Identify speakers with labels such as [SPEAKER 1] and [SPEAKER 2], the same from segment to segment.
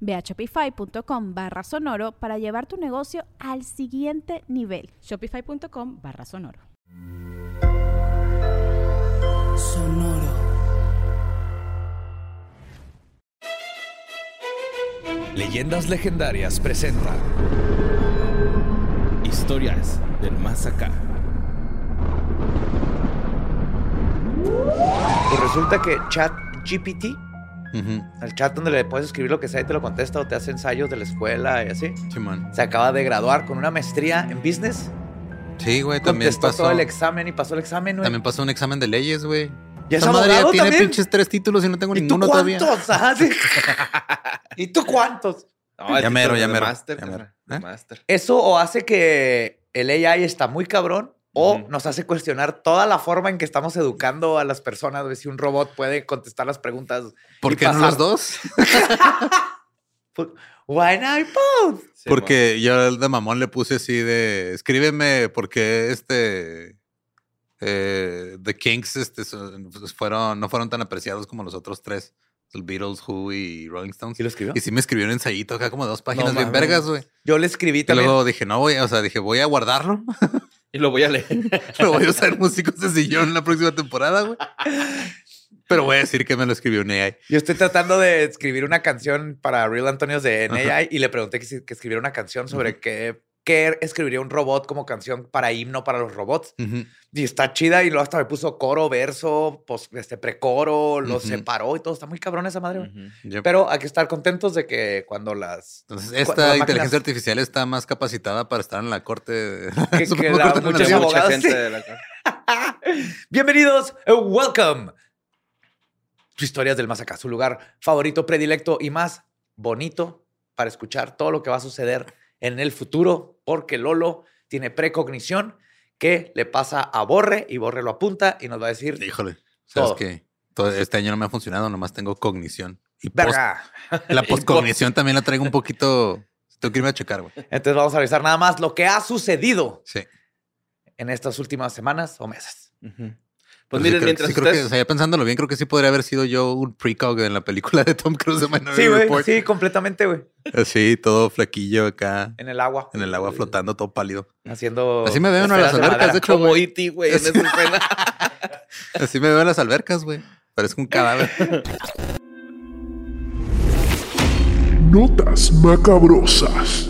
[SPEAKER 1] Ve a shopify.com barra sonoro para llevar tu negocio al siguiente nivel.
[SPEAKER 2] Shopify.com barra sonoro.
[SPEAKER 3] Sonoro. Leyendas legendarias presenta Historias del más acá.
[SPEAKER 4] Pues resulta que Chat GPT, el chat donde le puedes escribir lo que sea y te lo contesta o te hace ensayos de la escuela y así,
[SPEAKER 5] Simón.
[SPEAKER 4] se acaba de graduar con una maestría en business.
[SPEAKER 5] Sí, güey, también
[SPEAKER 4] Contestó
[SPEAKER 5] pasó.
[SPEAKER 4] todo el examen y pasó el examen. güey.
[SPEAKER 5] También pasó un examen de leyes, güey.
[SPEAKER 4] ¿Ya es
[SPEAKER 5] Esa madre ya
[SPEAKER 4] abogado
[SPEAKER 5] tiene
[SPEAKER 4] también?
[SPEAKER 5] pinches tres títulos y no tengo
[SPEAKER 4] ¿Y tú
[SPEAKER 5] ninguno todavía.
[SPEAKER 4] cuántos? Ajá, sí. ¿Y tú cuántos?
[SPEAKER 5] Ya
[SPEAKER 6] el
[SPEAKER 5] mero,
[SPEAKER 6] título
[SPEAKER 5] ya
[SPEAKER 6] Ah, de
[SPEAKER 5] mero,
[SPEAKER 6] Máster,
[SPEAKER 5] ya
[SPEAKER 6] carnal,
[SPEAKER 5] mero.
[SPEAKER 6] de
[SPEAKER 5] ¿Eh?
[SPEAKER 6] máster.
[SPEAKER 4] Eso o hace que el AI está muy cabrón o
[SPEAKER 6] Ujú.
[SPEAKER 4] nos hace cuestionar toda la forma en que estamos educando a las personas. güey, Si un robot puede contestar las preguntas. y
[SPEAKER 5] ¿Por qué no
[SPEAKER 4] pasar.
[SPEAKER 5] los dos?
[SPEAKER 4] Why not both?
[SPEAKER 6] Sí,
[SPEAKER 5] Porque yo al de mamón le puse así de escríbeme por qué este eh, The Kinks este, son- fueron, no fueron tan apreciados como los otros tres. Los Beatles, Who y Rolling Stones.
[SPEAKER 4] ¿Sí lo escribió?
[SPEAKER 5] Y sí me escribió un ensayito acá como de dos páginas bien
[SPEAKER 4] mames.
[SPEAKER 5] vergas, güey.
[SPEAKER 4] Yo le escribí
[SPEAKER 5] Y
[SPEAKER 4] también.
[SPEAKER 5] luego dije, no voy, a- o sea, dije, voy a guardarlo.
[SPEAKER 6] mon. Y lo voy a leer.
[SPEAKER 5] Lo voy a usar en músicos de sillón la próxima temporada, güey. Pero voy a decir que me lo escribió un AI.
[SPEAKER 4] Yo estoy tratando de escribir una canción para Real Antonio's de NAI y le pregunté que, si- que escribiera una canción sobre qué, qué escribiría un robot como canción para himno para los robots. Y está chida y luego hasta me puso coro, verso, pos- este precoro, lo
[SPEAKER 5] Ujú.
[SPEAKER 4] separó y todo. Está muy cabrón esa madre. güey.
[SPEAKER 5] Yo-
[SPEAKER 4] Pero hay que estar contentos de que cuando las...
[SPEAKER 5] Entonces,
[SPEAKER 4] cuando
[SPEAKER 5] esta
[SPEAKER 4] las
[SPEAKER 5] inteligencia
[SPEAKER 4] máquinas-
[SPEAKER 5] artificial está más capacitada para estar en la corte. de-
[SPEAKER 4] Que-
[SPEAKER 5] Supongo
[SPEAKER 4] que la-
[SPEAKER 5] corte de la
[SPEAKER 4] muchos
[SPEAKER 6] Mucha
[SPEAKER 5] Suprema.
[SPEAKER 4] abogados-
[SPEAKER 6] gente
[SPEAKER 4] sí.
[SPEAKER 6] de la cara.
[SPEAKER 4] Bienvenidos, eh, welcome. Historias del más acá, su lugar favorito, predilecto y más bonito para escuchar todo lo que va a suceder en el futuro, porque Lolo tiene precognición que le pasa a Borre y Borre lo apunta y nos va a decir,
[SPEAKER 5] Híjole,
[SPEAKER 4] Todo.
[SPEAKER 5] sabes que este año no me ha funcionado, nomás tengo cognición. Y
[SPEAKER 4] verga.
[SPEAKER 5] post- la postcognición también la traigo un poquito. Tengo que irme a checar, güey.
[SPEAKER 4] Entonces vamos a revisar nada más lo que ha sucedido
[SPEAKER 5] Sí.
[SPEAKER 4] en estas últimas semanas o meses.
[SPEAKER 5] Pero
[SPEAKER 6] Pues
[SPEAKER 5] sí
[SPEAKER 6] miren,
[SPEAKER 5] creo-
[SPEAKER 6] mientras
[SPEAKER 5] sí creo que, o
[SPEAKER 6] ustedes...
[SPEAKER 5] sea, ya pensándolo bien, creo que sí podría haber sido yo un precog en la película de Tom Cruise de Minority
[SPEAKER 4] Sí, güey,
[SPEAKER 5] Report.
[SPEAKER 4] sí, completamente, güey.
[SPEAKER 5] Así, todo flaquillo acá,
[SPEAKER 4] En el agua,
[SPEAKER 5] en el agua flotando, todo pálido.
[SPEAKER 4] haciendo...
[SPEAKER 6] Oh,
[SPEAKER 5] Así me veo en
[SPEAKER 4] esferas
[SPEAKER 5] las
[SPEAKER 4] de
[SPEAKER 5] albercas,
[SPEAKER 4] madera.
[SPEAKER 5] de hecho,
[SPEAKER 6] Como
[SPEAKER 5] güey.
[SPEAKER 6] E.T., güey, en esa escena.
[SPEAKER 5] Así me veo en las albercas, güey. Parezco un cadáver.
[SPEAKER 7] Notas macabrosas.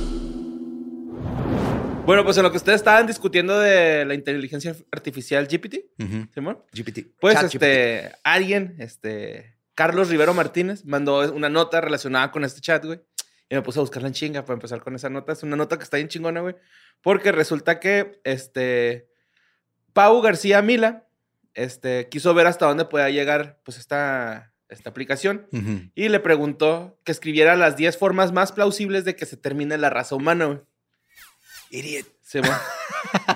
[SPEAKER 6] Bueno, pues en lo que ustedes estaban discutiendo de la inteligencia artificial GPT,
[SPEAKER 5] Ujú.
[SPEAKER 6] Simón,
[SPEAKER 4] GPT.
[SPEAKER 6] pues
[SPEAKER 4] Chat GPT.
[SPEAKER 6] este, alguien, este, Carlos Rivero Martínez, mandó una nota relacionada con este chat, güey. Y me puse a buscarla en chinga para empezar con esa nota. Es una nota que está bien chingona, güey. Porque resulta que, este, Pau García Mila, este, quiso ver hasta dónde podía llegar, pues, esta, esta aplicación.
[SPEAKER 5] Ujú.
[SPEAKER 6] Y le preguntó que escribiera las 10 formas más plausibles de que se termine la raza humana, güey.
[SPEAKER 4] Idiot.
[SPEAKER 6] Simón.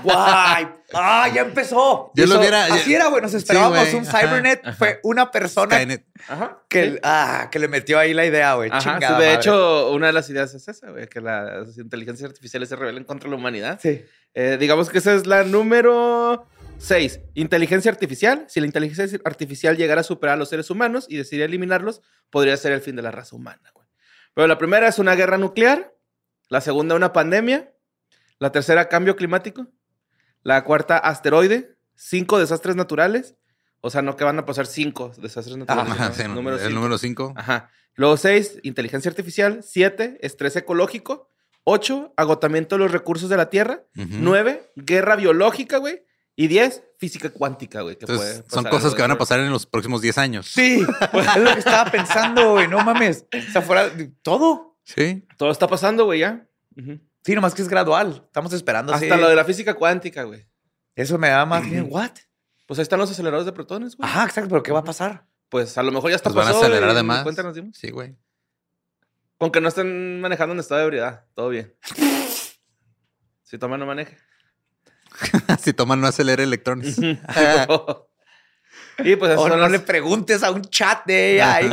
[SPEAKER 4] ¡Guay! ¡Ah, ya empezó!
[SPEAKER 5] Yo lo
[SPEAKER 4] Eso-
[SPEAKER 5] viera-
[SPEAKER 4] Así
[SPEAKER 5] yo-
[SPEAKER 4] era, güey. Nos
[SPEAKER 5] Sí,
[SPEAKER 4] esperábamos
[SPEAKER 5] güey,
[SPEAKER 4] un
[SPEAKER 5] ajá,
[SPEAKER 4] Cybernet. Fue una persona
[SPEAKER 5] Skynet.
[SPEAKER 6] Ajá.
[SPEAKER 4] que,
[SPEAKER 6] sí.
[SPEAKER 4] ah, que le metió ahí la idea, güey.
[SPEAKER 6] Ajá,
[SPEAKER 4] Chingada
[SPEAKER 6] sí, de
[SPEAKER 4] madre.
[SPEAKER 6] hecho, una de las ideas es esa, güey, que las inteligencias artificiales se rebelen contra la humanidad.
[SPEAKER 4] Sí.
[SPEAKER 6] Eh, digamos que esa es la número 6. Inteligencia artificial. Si la inteligencia artificial llegara a superar a los seres humanos y decidiera eliminarlos, podría ser el fin de la raza humana. güey. Pero la primera es una guerra nuclear. La segunda, una pandemia. La tercera, cambio climático. La cuarta, asteroide. Cinco desastres naturales. O sea, no que van a pasar cinco desastres naturales.
[SPEAKER 5] Ajá,
[SPEAKER 6] Ah, ¿no?
[SPEAKER 5] sí,
[SPEAKER 6] Número
[SPEAKER 5] el
[SPEAKER 6] cinco. Ah,
[SPEAKER 5] número 5.
[SPEAKER 6] Ajá. Luego seis, inteligencia artificial. Siete, estrés ecológico. Ocho, agotamiento de los recursos de la Tierra. Nueve, guerra biológica, güey. Y 10, física cuántica, güey. que
[SPEAKER 5] Entonces,
[SPEAKER 6] puede
[SPEAKER 5] son
[SPEAKER 6] pasar
[SPEAKER 5] cosas
[SPEAKER 6] algo
[SPEAKER 5] que van a
[SPEAKER 6] dentro.
[SPEAKER 5] pasar en los próximos 10 años.
[SPEAKER 4] Sí, pues, es lo que estaba pensando, güey. No mames. Está fuera de todo.
[SPEAKER 5] Sí.
[SPEAKER 6] Todo está pasando, güey, ya. Ujú.
[SPEAKER 4] Sí, nomás que es gradual. Estamos esperando.
[SPEAKER 6] Hasta lo de la física cuántica, güey.
[SPEAKER 4] Eso me da más bien. ¿What?
[SPEAKER 6] Pues ahí están los aceleradores de protones, güey.
[SPEAKER 4] Ajá, exacto. Pero ¿qué va a pasar?
[SPEAKER 6] Pues a lo mejor ya está
[SPEAKER 5] Pues van a
[SPEAKER 6] pasado.
[SPEAKER 5] acelerar
[SPEAKER 6] güey,
[SPEAKER 5] de
[SPEAKER 6] ni
[SPEAKER 5] más.
[SPEAKER 6] cuenta nos dimos.
[SPEAKER 5] Sí, güey.
[SPEAKER 6] Con que no estén manejando en estado de ebriedad. Todo bien. si toma, no maneje.
[SPEAKER 5] si toman, no acelera electrones.
[SPEAKER 6] y pues
[SPEAKER 5] Oh,
[SPEAKER 6] eso
[SPEAKER 4] O no
[SPEAKER 6] son las-
[SPEAKER 4] le preguntes a un chat de AI.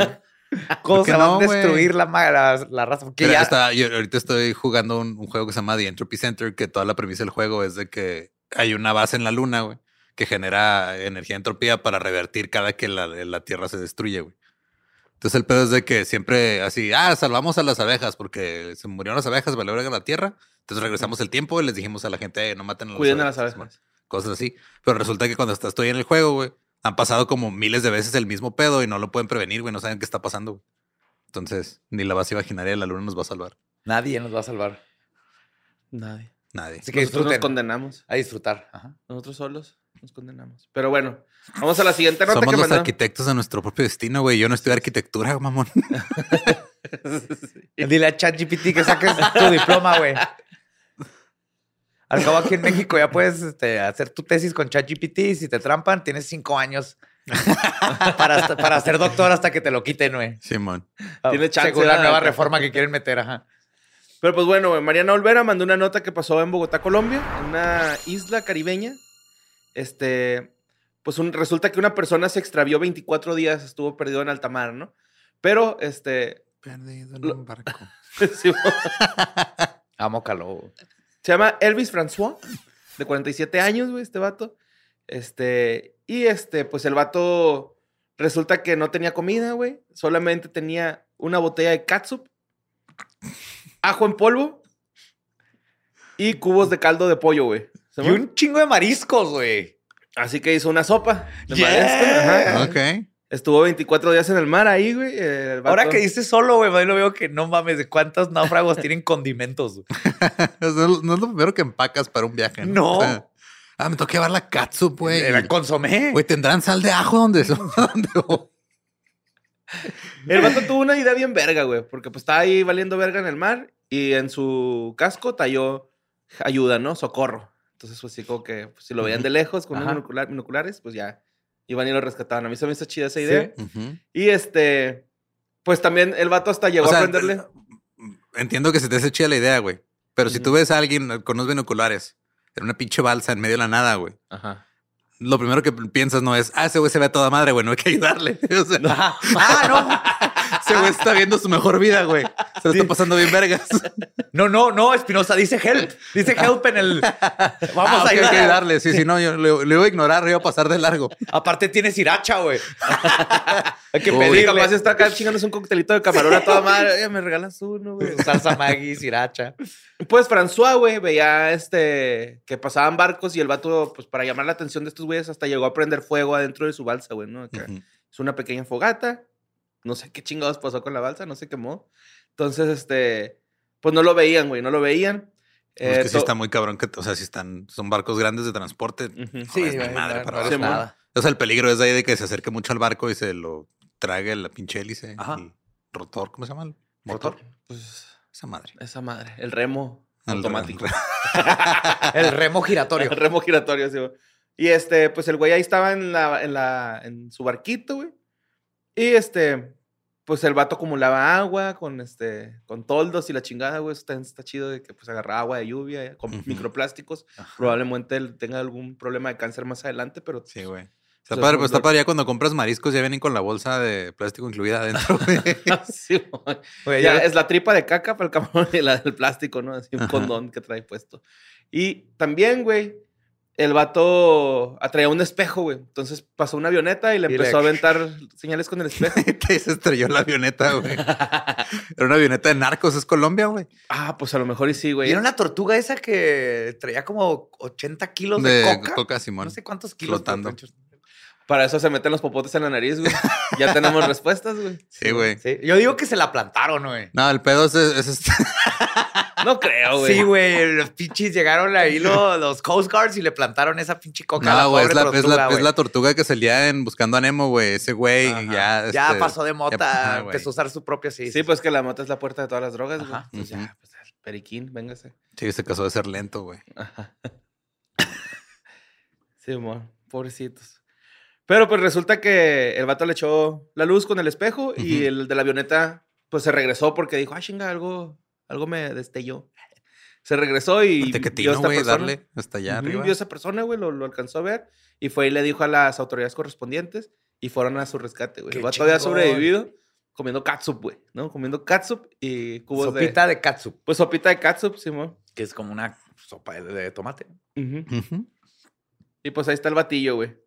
[SPEAKER 4] ¿Cómo
[SPEAKER 5] ¿Por qué
[SPEAKER 4] se van
[SPEAKER 5] no,
[SPEAKER 4] a destruir la, ma- la, la raza? Porque
[SPEAKER 5] Pero
[SPEAKER 4] ya
[SPEAKER 5] está- yo ahorita estoy jugando un, un juego que se llama The Entropy Center, que toda la premisa del juego es de que hay una base en la luna, güey, que genera energía entropía para revertir cada que la, la Tierra se destruye, güey. Entonces el pedo es de que siempre así, ah, salvamos a las abejas porque se murieron las abejas, valió verga la Tierra. Entonces regresamos el tiempo y les dijimos a la gente, "Eh, no maten a las
[SPEAKER 6] cuiden a las
[SPEAKER 5] abejas,
[SPEAKER 6] abejas.
[SPEAKER 5] Cosas así. Pero resulta que cuando está- estoy en el juego, güey, han pasado como miles de veces el mismo pedo y no lo pueden prevenir, güey, no saben qué está pasando. güey. Entonces, ni la base imaginaria de la luna nos va a salvar.
[SPEAKER 4] nadie nos va a salvar.
[SPEAKER 6] Nadie.
[SPEAKER 5] Nadie.
[SPEAKER 4] Así que
[SPEAKER 6] Nosotros nos
[SPEAKER 4] disfruten.
[SPEAKER 6] condenamos.
[SPEAKER 4] A disfrutar. Ajá.
[SPEAKER 6] Nosotros solos nos condenamos. Pero bueno, vamos a la siguiente nota
[SPEAKER 5] Somos
[SPEAKER 6] que
[SPEAKER 5] los
[SPEAKER 6] mandó.
[SPEAKER 5] arquitectos de nuestro propio destino, güey. Yo no estudié arquitectura, mamón.
[SPEAKER 4] Dile a ChatGPT que saques tu diploma, güey. Al cabo, aquí en México ya puedes este, hacer tu tesis con ChatGPT. y Si te trampan, tienes cinco años para, hasta- para ser doctor hasta que te lo quiten, güey.
[SPEAKER 5] Simón.
[SPEAKER 6] Tiene chance,
[SPEAKER 4] Según la
[SPEAKER 6] ¿verdad?
[SPEAKER 4] nueva reforma que quieren meter, ajá.
[SPEAKER 6] Pero pues bueno, güey, Mariana Olvera mandó una nota que pasó en Bogotá, Colombia, en una isla caribeña. Este, pues un- resulta que una persona se extravió 24 días, estuvo perdido en alta mar, ¿no? Pero, este,
[SPEAKER 5] Perdido
[SPEAKER 6] en un
[SPEAKER 5] barco.
[SPEAKER 6] sí,
[SPEAKER 4] Amo calor.
[SPEAKER 6] Se llama Elvis François, de 47 años, güey, este vato. Este, y este, pues el vato resulta que no tenía comida, güey. Solamente tenía una botella de catsup, ajo en polvo y cubos de caldo de pollo, güey. ¿Se
[SPEAKER 4] Y
[SPEAKER 6] llama?
[SPEAKER 4] un chingo de mariscos, güey.
[SPEAKER 6] Así que hizo una sopa. de
[SPEAKER 4] Yeah.
[SPEAKER 6] marisco,
[SPEAKER 4] Ah.
[SPEAKER 6] ajá.
[SPEAKER 5] Ok.
[SPEAKER 6] Estuvo 24 días en el mar ahí, güey. eh, el
[SPEAKER 4] Ahora
[SPEAKER 6] vato-
[SPEAKER 4] que dices solo, güey, ahí lo veo que no mames de cuántos náufragos tienen condimentos. güey.
[SPEAKER 5] No, no es lo primero que empacas para un viaje.
[SPEAKER 4] No.
[SPEAKER 5] O sea, ah, me toqué llevar la katsu, güey.
[SPEAKER 4] Era consomé.
[SPEAKER 5] Güey, tendrán sal de ajo donde son. ¿Dónde voy?
[SPEAKER 6] El vato tuvo una idea bien verga, güey, porque pues estaba ahí valiendo verga en el mar y en su casco talló ayuda, ¿no? Socorro. Entonces, pues sí, como que pues, si lo veían de lejos con unos
[SPEAKER 4] Ajá.
[SPEAKER 6] binocula- binoculares, pues ya iban y lo rescataban. A mí se me hizo chida esa idea.
[SPEAKER 4] Sí.
[SPEAKER 5] Ujú.
[SPEAKER 6] Y este, pues también el vato hasta llegó
[SPEAKER 5] O sea,
[SPEAKER 6] a prenderle.
[SPEAKER 5] Entiendo que se te hace chida la idea, güey. Pero si
[SPEAKER 6] Ujú.
[SPEAKER 5] tú ves a alguien con unos binoculares en una pinche balsa en medio de la nada, güey.
[SPEAKER 6] Ajá.
[SPEAKER 5] Lo primero que piensas no es, ah, ese güey se ve a toda madre, güey, no hay que ayudarle. O sea,
[SPEAKER 4] Ajá. Ah, no.
[SPEAKER 5] Ese güey está viendo su mejor vida, güey. Se lo
[SPEAKER 4] Sí.
[SPEAKER 5] está pasando bien vergas.
[SPEAKER 4] No, no, no, Espinosa, dice help. Dice help en el. Vamos
[SPEAKER 5] Ah,
[SPEAKER 4] a
[SPEAKER 5] ok, hay que
[SPEAKER 4] ayudar.
[SPEAKER 5] ayudarle. Sí, sí, no, yo le, le iba a ignorar, le iba a pasar de largo.
[SPEAKER 4] Aparte, tienes iracha, güey. Hay que
[SPEAKER 5] Uy,
[SPEAKER 6] Y
[SPEAKER 4] pedirle.
[SPEAKER 6] capaz está acá chingándose un coctelito de camarón a toda madre. Oye, me regalas uno, güey.
[SPEAKER 4] Salsa Maggi, siracha.
[SPEAKER 6] Pues François, güey, veía este que pasaban barcos y el vato, pues para llamar la atención de estos güeyes, hasta llegó a prender fuego adentro de su balsa, güey, ¿no? Acá.
[SPEAKER 5] Ujú.
[SPEAKER 6] Es una pequeña fogata. No sé qué chingados pasó con la balsa, no se quemó. Entonces, este, pues no lo veían, güey, no lo veían.
[SPEAKER 5] Pues
[SPEAKER 6] Eh,
[SPEAKER 5] que sí
[SPEAKER 6] to-
[SPEAKER 5] está muy cabrón que, o sea, si están, son barcos grandes de transporte.
[SPEAKER 6] Ujú.
[SPEAKER 5] Sí, es mi madre,
[SPEAKER 4] no,
[SPEAKER 5] para
[SPEAKER 4] no eres
[SPEAKER 6] Simón.
[SPEAKER 4] nada.
[SPEAKER 5] O sea, el peligro es ahí de que se acerque mucho al barco y se lo trague la pinche hélice.
[SPEAKER 4] Ajá.
[SPEAKER 5] El rotor, ¿cómo se llama? ¿El motor.
[SPEAKER 6] Pues,
[SPEAKER 5] Esa madre.
[SPEAKER 6] esa madre, el remo
[SPEAKER 5] El-
[SPEAKER 6] automático.
[SPEAKER 4] El remo giratorio.
[SPEAKER 6] El remo giratorio, sí, güey. Y este, pues el güey ahí estaba en la, en la, en su barquito, güey. Y este, pues el vato acumulaba agua con este, con toldos y la chingada, güey. Eso está, está chido de que pues agarraba agua de lluvia eh, con
[SPEAKER 5] Ujú.
[SPEAKER 6] microplásticos. Probablemente él tenga algún problema de cáncer más adelante, pero
[SPEAKER 5] Sí,
[SPEAKER 6] pues,
[SPEAKER 5] güey. Está
[SPEAKER 6] Entonces,
[SPEAKER 5] padre, pues está
[SPEAKER 6] lo-
[SPEAKER 5] padre ya cuando compras mariscos, ya vienen con la bolsa de plástico incluida adentro. güey.
[SPEAKER 6] Sí, güey.
[SPEAKER 4] Güey,
[SPEAKER 6] Ya
[SPEAKER 4] ya-
[SPEAKER 6] es la tripa de caca para el camarón y la del plástico, ¿no? Así un
[SPEAKER 5] Ajá.
[SPEAKER 6] condón que trae puesto. Y también, güey, el vato atraía un espejo, güey. Entonces pasó una avioneta y le
[SPEAKER 4] Y le-
[SPEAKER 6] empezó a aventar señales con el espejo.
[SPEAKER 5] Te se estrelló la avioneta, güey. Era una avioneta de narcos, es Colombia, güey.
[SPEAKER 6] ah, pues a lo mejor y sí, güey.
[SPEAKER 4] ¿Vieron la tortuga esa que traía como 80 kilos de,
[SPEAKER 5] De
[SPEAKER 4] coca?
[SPEAKER 5] Coca Simón.
[SPEAKER 4] No sé cuántos kilos.
[SPEAKER 5] Flotando.
[SPEAKER 4] pero-
[SPEAKER 6] Para eso se meten los popotes en la nariz, güey. ya tenemos respuestas, güey.
[SPEAKER 5] Sí, güey.
[SPEAKER 4] Sí, Yo digo que se la plantaron, güey.
[SPEAKER 5] No, el pedo es, es este-
[SPEAKER 6] No creo, güey.
[SPEAKER 4] Sí, güey, los pinches llegaron ahí los, los Coast Guards y le plantaron esa pinche coca a la
[SPEAKER 5] No, güey, es
[SPEAKER 4] pobre
[SPEAKER 5] la, es,
[SPEAKER 4] tortuga,
[SPEAKER 5] la, es
[SPEAKER 4] güey.
[SPEAKER 5] la tortuga que salía en Buscando a Nemo, güey. Ese güey
[SPEAKER 4] Ajá.
[SPEAKER 5] ya...
[SPEAKER 4] Ya
[SPEAKER 5] este,
[SPEAKER 4] pasó de mota,
[SPEAKER 5] ya- ajá, güey.
[SPEAKER 4] empezó a usar su propia sí.
[SPEAKER 6] Sí, pues que la mota es la puerta de todas las drogas, güey.
[SPEAKER 4] Ajá.
[SPEAKER 6] Pues
[SPEAKER 5] Ujú.
[SPEAKER 6] ya, pues el periquín, véngase.
[SPEAKER 5] Sí, se casó de ser lento, güey.
[SPEAKER 6] Sí, amor. Pobrecitos. Pero pues resulta que el vato le echó la luz con el espejo y
[SPEAKER 5] Ujú.
[SPEAKER 6] el de la avioneta pues se regresó porque dijo, ah, chinga, algo, algo me destelló. Se regresó y vio a
[SPEAKER 5] Tequetino,
[SPEAKER 6] esta
[SPEAKER 5] güey,
[SPEAKER 6] persona.
[SPEAKER 5] darle hasta allá
[SPEAKER 6] Ujú,
[SPEAKER 5] arriba.
[SPEAKER 6] Vio a esa persona, güey, lo, lo alcanzó a ver y fue y le dijo a las autoridades correspondientes y fueron a su rescate, güey. El
[SPEAKER 4] ¡Qué
[SPEAKER 6] vato había
[SPEAKER 4] chingón!
[SPEAKER 6] sobrevivido comiendo catsup, güey, ¿no? Comiendo catsup y cubos
[SPEAKER 4] Sopita
[SPEAKER 6] de...
[SPEAKER 4] de katsu,
[SPEAKER 6] Pues sopita de catsup, Simón.
[SPEAKER 4] que es como una sopa de, de tomate.
[SPEAKER 6] Ujú.
[SPEAKER 5] Ujú.
[SPEAKER 6] Y pues ahí está el batillo, güey.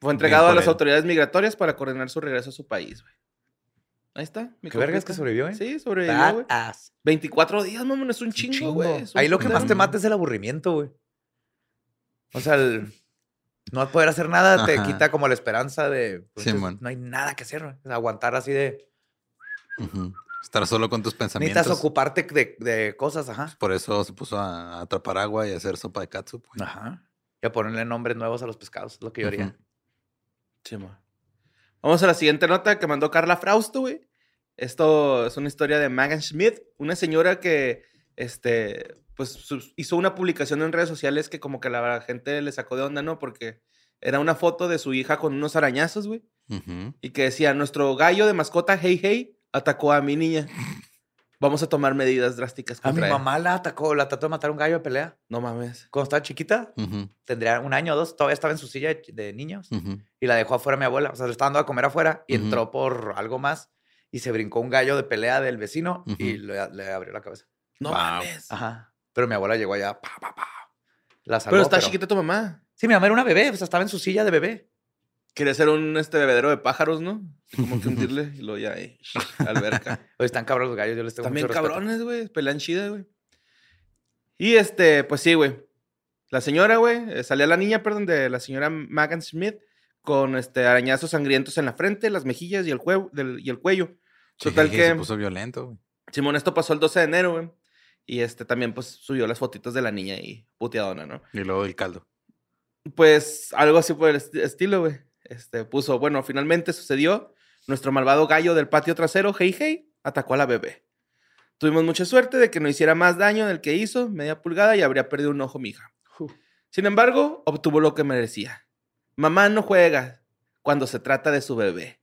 [SPEAKER 6] Fue entregado
[SPEAKER 5] por
[SPEAKER 6] a las
[SPEAKER 5] él.
[SPEAKER 6] autoridades migratorias para coordinar su regreso a su país, güey. Ahí está. mi
[SPEAKER 4] Qué vergas
[SPEAKER 6] compita.
[SPEAKER 4] que sobrevivió, ¿eh?
[SPEAKER 6] Sí, sobrevivió, güey.
[SPEAKER 4] Badass.
[SPEAKER 6] 24 días, mamón, es un
[SPEAKER 4] Un
[SPEAKER 6] chingo, güey. es un
[SPEAKER 4] Ahí lo que más te
[SPEAKER 6] putero.
[SPEAKER 4] mata es el aburrimiento, güey. O sea, el no poder hacer nada te
[SPEAKER 5] Ajá.
[SPEAKER 4] quita como la esperanza de. pues,
[SPEAKER 5] Sí,
[SPEAKER 4] es-
[SPEAKER 5] mon.
[SPEAKER 4] no hay nada que hacer, güey. O sea, aguantar así de.
[SPEAKER 5] Ujú. Estar solo con tus pensamientos.
[SPEAKER 4] Necesitas ocuparte de, de cosas, ajá.
[SPEAKER 5] Por eso se puso a, a atrapar agua y a hacer sopa de pues. catsup,
[SPEAKER 6] Pues,
[SPEAKER 5] güey.
[SPEAKER 6] Ah.
[SPEAKER 4] Ajá. Y a ponerle nombres nuevos a los pescados, es lo que yo haría.
[SPEAKER 5] Ujú.
[SPEAKER 6] Sí, mo. Vamos a la siguiente nota que mandó Carla Frausto, güey. Esto es una historia de Megan Schmidt, una señora que este, pues, sus- hizo una publicación en redes sociales que como que la gente le sacó de onda, ¿no? Porque era una foto de su hija con unos arañazos, güey.
[SPEAKER 5] Ujú.
[SPEAKER 6] Y que decía, nuestro gallo de mascota, hey, hey, atacó a mi niña. Vamos a tomar medidas drásticas
[SPEAKER 4] A mi
[SPEAKER 6] contra él".
[SPEAKER 4] mamá la atacó, la trató de matar un gallo de pelea.
[SPEAKER 6] No mames.
[SPEAKER 4] Cuando estaba chiquita,
[SPEAKER 5] Ujú.
[SPEAKER 4] tendría un año o dos, todavía estaba en su silla de ch- de niños
[SPEAKER 5] Ujú.
[SPEAKER 4] y la dejó afuera mi abuela. O sea, le estaba dando a comer afuera y
[SPEAKER 5] Ujú.
[SPEAKER 4] entró por algo más y se brincó un gallo de pelea del vecino y le, le abrió la cabeza.
[SPEAKER 6] No
[SPEAKER 5] Wow.
[SPEAKER 6] mames.
[SPEAKER 4] Ajá. Pero mi abuela llegó allá, pa, pa, pa. La salvó.
[SPEAKER 6] pero está chiquita tu mamá.
[SPEAKER 4] Sí, mi mamá era una bebé, o sea, estaba en su silla de bebé.
[SPEAKER 6] Quería ser un este, bebedero de pájaros, ¿no? Como que hundirle y luego ya, eh, alberca.
[SPEAKER 4] Oye, están cabros los gallos, yo les tengo
[SPEAKER 6] También
[SPEAKER 4] mucho respeto.
[SPEAKER 6] cabrones, güey. Pelean chida, güey. Y este, pues sí, güey. La señora, güey, eh, salía la niña, perdón, de la señora Megan Smith con este arañazos sangrientos en la frente, las mejillas y el, jue- del- y el cuello. Total
[SPEAKER 5] Sí,
[SPEAKER 6] que-
[SPEAKER 5] Se puso violento, güey.
[SPEAKER 6] Simón, esto pasó el 12 de enero, güey. Y este también, pues, subió las fotitos de la niña y puteadona, ¿no?
[SPEAKER 5] Y luego el caldo.
[SPEAKER 6] Pues algo así por el esti- estilo, güey. Este puso, bueno, finalmente sucedió. Nuestro malvado gallo del patio trasero, Hey Hey, atacó a la bebé. Tuvimos mucha suerte de que no hiciera más daño del que hizo, media pulgada, y habría perdido un ojo, mi hija. Sin embargo, obtuvo lo que merecía. Mamá no juega cuando se trata de su bebé.